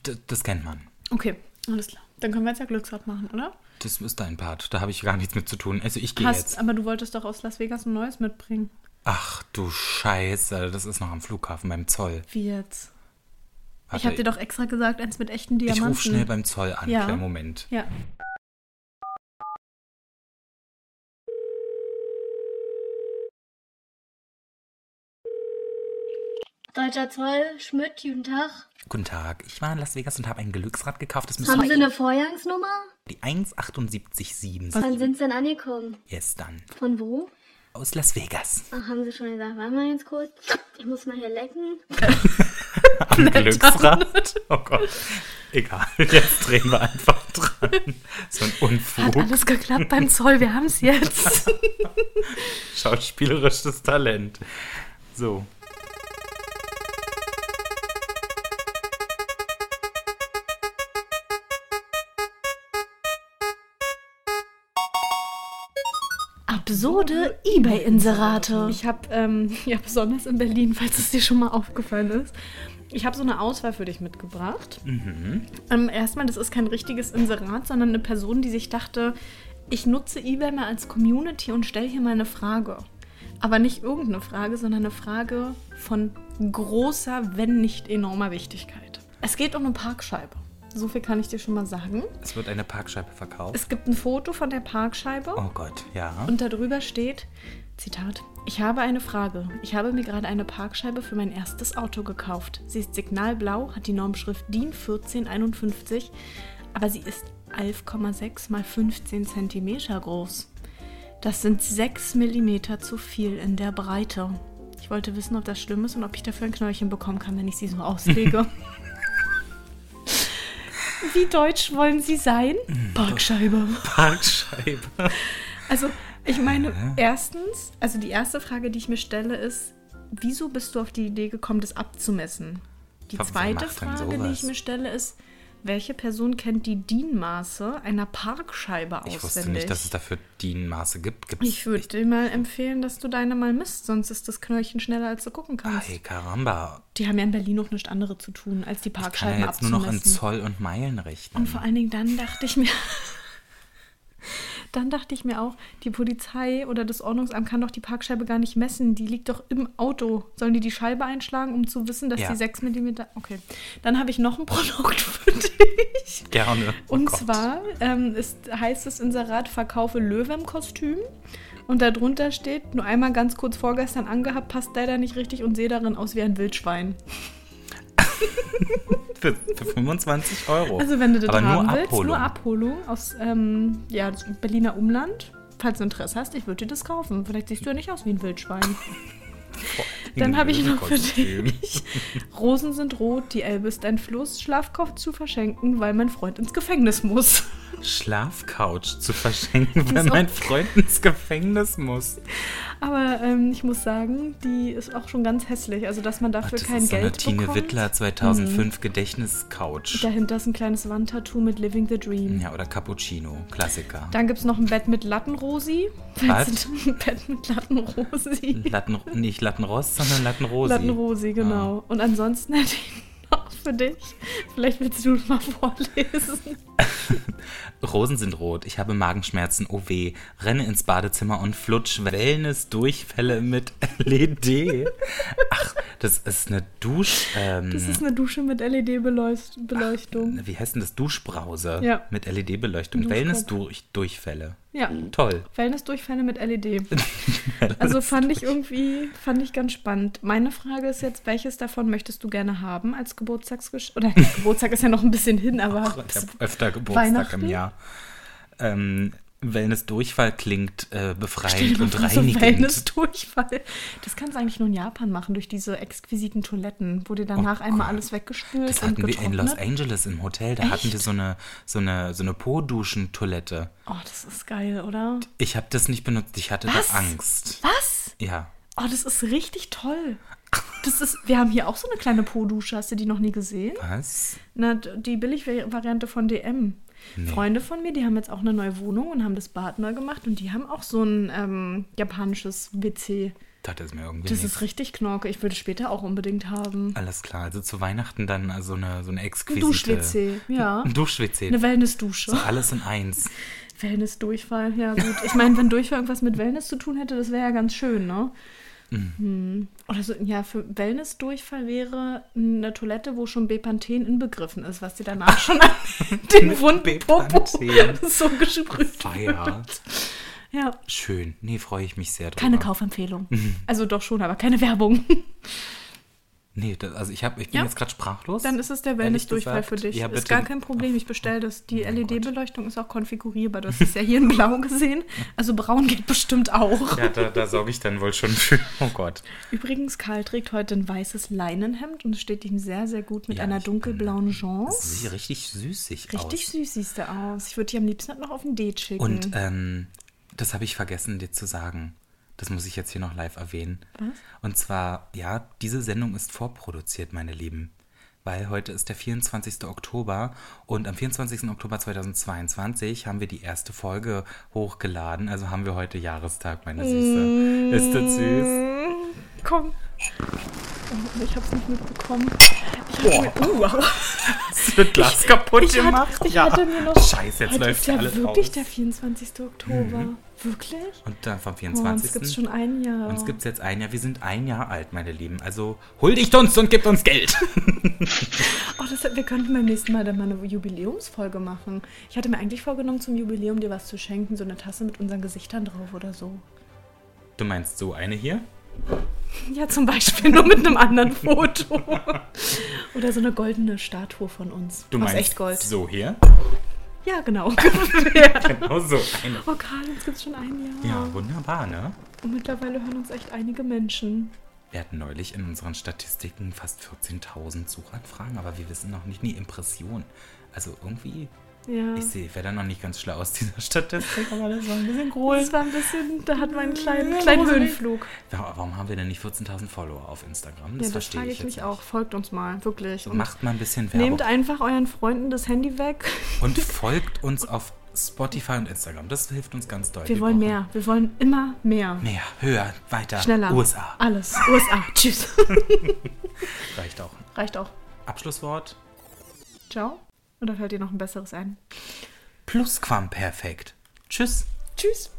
S2: D das kennt man.
S1: Okay, alles klar. Dann können wir jetzt ja Glücksrad machen, oder?
S2: Das ist dein Part. Da habe ich gar nichts mit zu tun. Also ich gehe
S1: Hast,
S2: jetzt.
S1: aber du wolltest doch aus Las Vegas ein neues mitbringen.
S2: Ach du Scheiße, das ist noch am Flughafen beim Zoll.
S1: Wie jetzt? ich
S2: Warte,
S1: habe dir doch extra gesagt, eins mit echten
S2: ich
S1: Diamanten.
S2: rufe schnell beim Zoll an.
S1: Ja.
S2: Kleinen Moment.
S1: Ja.
S8: Deutscher Zoll, Schmidt, guten Tag.
S2: Guten Tag. Ich war in Las Vegas und habe ein Glücksrad gekauft. Das müsste
S8: Haben Sie eine Vorjangsnummer?
S2: die 1787 sein.
S8: Wann sind Sie denn angekommen?
S2: Gestern.
S8: Von wo?
S2: Aus Las Vegas.
S8: Ach, haben Sie schon gesagt, warte mal jetzt kurz. Ich muss mal hier lecken.
S2: Am Glücksrad. Oh Gott. Egal. Jetzt drehen wir einfach dran. So ein
S1: Hat
S2: Unfug.
S1: alles geklappt beim Zoll, wir haben es jetzt.
S2: Schauspielerisches Talent. So.
S3: Absurde eBay-Inserate.
S1: Ich habe, ähm, ja besonders in Berlin, falls es dir schon mal aufgefallen ist, ich habe so eine Auswahl für dich mitgebracht.
S2: Mhm.
S1: Ähm, erstmal, das ist kein richtiges Inserat, sondern eine Person, die sich dachte, ich nutze eBay mal als Community und stelle hier mal eine Frage. Aber nicht irgendeine Frage, sondern eine Frage von großer, wenn nicht enormer Wichtigkeit. Es geht um eine Parkscheibe. So viel kann ich dir schon mal sagen.
S2: Es wird eine Parkscheibe verkauft.
S1: Es gibt ein Foto von der Parkscheibe.
S2: Oh Gott, ja.
S1: Und darüber steht, Zitat, ich habe eine Frage. Ich habe mir gerade eine Parkscheibe für mein erstes Auto gekauft. Sie ist signalblau, hat die Normschrift DIN 1451, aber sie ist 11,6 mal 15 cm groß. Das sind 6 mm zu viel in der Breite. Ich wollte wissen, ob das schlimm ist und ob ich dafür ein Knäulchen bekommen kann, wenn ich sie so auslege. Wie deutsch wollen Sie sein? Parkscheibe.
S2: Parkscheibe.
S1: Also, ich meine, erstens, also die erste Frage, die ich mir stelle, ist, wieso bist du auf die Idee gekommen, das abzumessen? Die
S2: Wer
S1: zweite
S2: macht denn
S1: Frage, die ich
S2: sowas?
S1: mir stelle, ist, welche Person kennt die DIN-Maße einer Parkscheibe auswendig?
S2: Ich wusste nicht, dass es dafür DIN-Maße gibt. Gibt's?
S1: Ich würde dir mal empfehlen, dass du deine mal misst, sonst ist das Knöllchen schneller, als du gucken kannst.
S2: Ey, Karamba.
S1: Die haben ja in Berlin noch nichts anderes zu tun, als die
S2: Ich kann
S1: Parkscheiben
S2: ja jetzt nur noch in
S1: abzumessen.
S2: Zoll und Meilen rechnen.
S1: Und vor allen Dingen dann dachte ich mir, dann dachte ich mir auch, die Polizei oder das Ordnungsamt kann doch die Parkscheibe gar nicht messen. Die liegt doch im Auto. Sollen die die Scheibe einschlagen, um zu wissen, dass
S2: Ja.
S1: die 6 mm. Okay. Dann habe ich noch ein Produkt für dich.
S2: Gerne. Oh
S1: Und
S2: Gott.
S1: zwar ähm, ist, heißt es Inserat Verkaufe Löwe-Kostüm. Und darunter steht, nur einmal ganz kurz vorgestern angehabt, passt leider nicht richtig und sehe darin aus wie ein Wildschwein.
S2: Für, für 25 Euro.
S1: Also wenn du das
S2: Aber
S1: haben
S2: nur
S1: willst,
S2: Abholung.
S1: nur Abholung aus ähm, ja, das Berliner Umland. Falls du Interesse hast, ich würde dir das kaufen. Vielleicht siehst du ja nicht aus wie ein Wildschwein. Dann habe ich noch für
S2: Löwenkostüm.
S1: dich. Rosen sind rot, die Elbe ist ein Fluss, Schlafkopf zu verschenken, weil mein Freund ins Gefängnis muss.
S2: Schlafcouch zu verschenken, weil
S1: ist auch-
S2: mein Freund ins Gefängnis muss.
S1: Aber ähm, ich muss sagen, die ist auch schon ganz hässlich. Also, dass man
S2: Ach,
S1: dafür
S2: das
S1: kein
S2: ist so
S1: Geld Mhm.
S2: eine Tine
S1: bekommt.
S2: Wittler 2005 Gedächtniscouch.
S1: Dahinter ist ein kleines Wandtattoo mit Living the Dream.
S2: Ja, oder Cappuccino, Klassiker.
S1: Dann gibt es noch ein Bett mit Lattenrosi.
S2: Was?
S1: Weißt du, Ein Bett mit Lattenrosi.
S2: Latten, nicht Lattenrost, sondern Lattenrosi. Ah.
S1: Lattenrosi, genau. Und ansonsten hätte ich noch für dich. Vielleicht willst du mal vorlesen.
S2: Rosen sind rot, ich habe Magenschmerzen, oh weh. Renne ins Badezimmer und flutsch Wellness-Durchfälle mit LED. Ach, das ist eine Dusch... Ähm,
S1: Das ist eine Dusche mit E LED-Beleuchtung.
S2: wie heißt denn das? Duschbrause
S1: Ja.
S2: mit E LED-Beleuchtung.
S1: Duschkopf.
S2: Wellness-Durchfälle.
S1: Ja.
S2: Toll.
S1: Wellness-Durchfälle mit E LED. Also fand ich irgendwie, fand ich ganz spannend. Meine Frage ist jetzt, welches davon möchtest du gerne haben als Geburtstagsgeschenk? Oder Geburtstag ist ja noch ein bisschen hin, aber
S2: Ich habe öfter Geburtstag im
S1: Weihnachten?
S2: Jahr. Ähm, Wellness-Durchfall klingt äh, befreiend
S1: Stell dir
S2: und
S1: mal vor, so
S2: reinigend.
S1: Wellness-Durchfall. Das kannst du eigentlich nur in Japan machen, durch diese exquisiten Toiletten, wo dir danach einmal alles weggespült
S2: Oh Das
S1: und
S2: hatten wir in Los
S1: getrocknet.
S2: Angeles im Hotel. Da hatten wir so eine, so eine, so eine Po-Duschen-Toilette.
S1: Oh, das ist geil, oder?
S2: Ich habe das nicht benutzt. Ich hatte
S1: Was?
S2: da Angst.
S1: Was?
S2: Ja.
S1: Oh, das ist richtig toll. Das ist, wir haben hier auch so eine kleine Po-Dusche. Hast du die noch nie gesehen?
S2: Was?
S1: Na, d- die Billigvariante von DM. Freunde von mir, die haben jetzt auch eine neue Wohnung und haben das Bad neu gemacht und die haben auch so ein ähm, japanisches WC.
S2: Das ist mir irgendwie
S1: Das
S2: nicht.
S1: ist richtig knorke. Ich würde später auch unbedingt haben.
S2: Alles klar. Also zu Weihnachten dann äh, so eine, so eine
S1: Ein
S2: exquisite...
S1: Dusch-WC, ja.
S2: Ein Dusch-WC.
S1: Eine Wellness-Dusche.
S2: Alles in eins.
S1: Wellness-Durchfall, ja gut. Ich meine, wenn Durchfall irgendwas mit Wellness zu tun hätte, das wäre ja ganz schön, ne?
S2: Mhm.
S1: Hm. Oder so, ja, für Wellness-Durchfall wäre eine Toilette, wo schon Bepanthen inbegriffen ist, was dir danach schon an den wunden Popo
S2: Bepanthen.
S1: so gesprüht
S2: Feier.
S1: wird. Ja,
S2: Schön. Nee, freue ich mich sehr drüber.
S1: keine Kaufempfehlung.
S2: Mhm.
S1: Also doch schon, aber keine Werbung.
S2: Nee, das, also ich, hab, ich bin
S1: Ja?
S2: jetzt gerade sprachlos.
S1: Dann ist es der
S2: Ehrlich
S1: Wellness-Durchfall
S2: gesagt.
S1: für dich.
S2: Ja, bitte. Oh
S1: ist gar kein Problem, ich bestelle das. Die LED-Beleuchtung ist auch konfigurierbar. Du hast es ja hier in blau gesehen. Also braun geht bestimmt auch.
S2: Ja, da, da sorge ich dann wohl schon für. Oh Gott.
S1: Übrigens, Karl trägt heute ein weißes Leinenhemd und es steht ihm sehr, sehr gut mit
S2: Ja,
S1: einer
S2: ich-
S1: dunkelblauen Chance.
S2: Sieht richtig süßig aus.
S1: Richtig süß siehst du aus. Ich würde die am liebsten halt noch auf den Date schicken.
S2: Und ähm, das habe ich vergessen, dir zu sagen. Das muss ich jetzt hier noch live erwähnen. Was? Und zwar, ja, diese Sendung ist vorproduziert, meine Lieben. Weil heute ist der 24. Oktober und am 24. Oktober 2022 haben wir die erste Folge hochgeladen. Also haben wir heute Jahrestag, meine Süße. Ist das süß?
S1: Mm, Komm. Oh, ich hab's nicht mitbekommen. Ich, hab mir, uh,
S2: Das wird Glas kaputt
S1: ich, hat, ich hatte mir noch.
S2: Scheiße, jetzt
S1: Heute
S2: läuft
S1: ist ja
S2: alles
S1: wirklich
S2: aus. Mhm.
S1: der 24. Oktober. Wirklich?
S2: Und dann vom
S1: Oh,
S2: 24.
S1: uns gibt's schon ein Jahr.
S2: Uns gibt's jetzt ein Jahr. Wir sind ein Jahr alt, meine Lieben. Also huldigt uns und gebt uns Geld.
S1: Oh, das, wir könnten beim nächsten Mal dann mal eine Jubiläumsfolge machen. Ich hatte mir eigentlich vorgenommen, zum Jubiläum dir was zu schenken, so eine Tasse mit unseren Gesichtern drauf oder so.
S2: Du meinst so eine hier?
S1: Ja, zum Beispiel nur mit einem anderen Foto. Oder so eine goldene Statue von uns.
S2: Du
S1: aus
S2: meinst
S1: echt Gold.
S2: so hier?
S1: Ja, genau. Ja.
S2: Genau so eine.
S1: oh Karl, uns gibt's schon ein Jahr.
S2: Ja, wunderbar, ne?
S1: Und mittlerweile hören uns echt einige Menschen.
S2: Wir hatten neulich in unseren Statistiken fast 14.000 Suchanfragen, aber wir wissen noch nicht die Impression. Also irgendwie,
S1: Ja.
S2: ich sehe, ich wäre da noch nicht ganz schlau aus dieser Statistik. Aber das war ein bisschen
S1: Das war ein bisschen, da hatten wir einen kleinen, kleinen Höhenflug.
S2: Wa- Warum haben wir denn nicht 14.000 Follower auf Instagram? Das
S1: ja, das
S2: verstehe
S1: frage
S2: ich
S1: ich mich
S2: jetzt
S1: auch. Folgt uns mal, wirklich.
S2: nicht.
S1: Und
S2: Macht mal ein bisschen Werbung.
S1: nehmt einfach euren Freunden das Handy weg.
S2: Und folgt uns auf Spotify und Instagram. Das hilft uns ganz deutlich.
S1: Wir wollen mehr. Wir wollen immer mehr.
S2: Mehr, höher, weiter.
S1: Schneller.
S2: USA.
S1: Alles. USA. Tschüss.
S2: Reicht auch.
S1: Reicht auch.
S2: Abschlusswort.
S1: Ciao. Oder fällt dir noch ein besseres ein?
S2: Plusquamperfekt. Tschüss.
S1: Tschüss.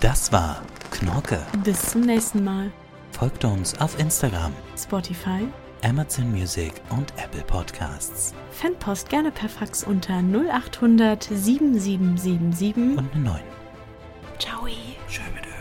S4: Das war Knorke.
S1: Bis zum nächsten Mal.
S4: Folgt uns auf Instagram,
S3: Spotify.
S4: Amazon Music und Apple Podcasts.
S3: Fanpost gerne per Fax unter 0800 7777.
S4: Und eine 9.
S3: Ciao.
S2: Schön mit euch.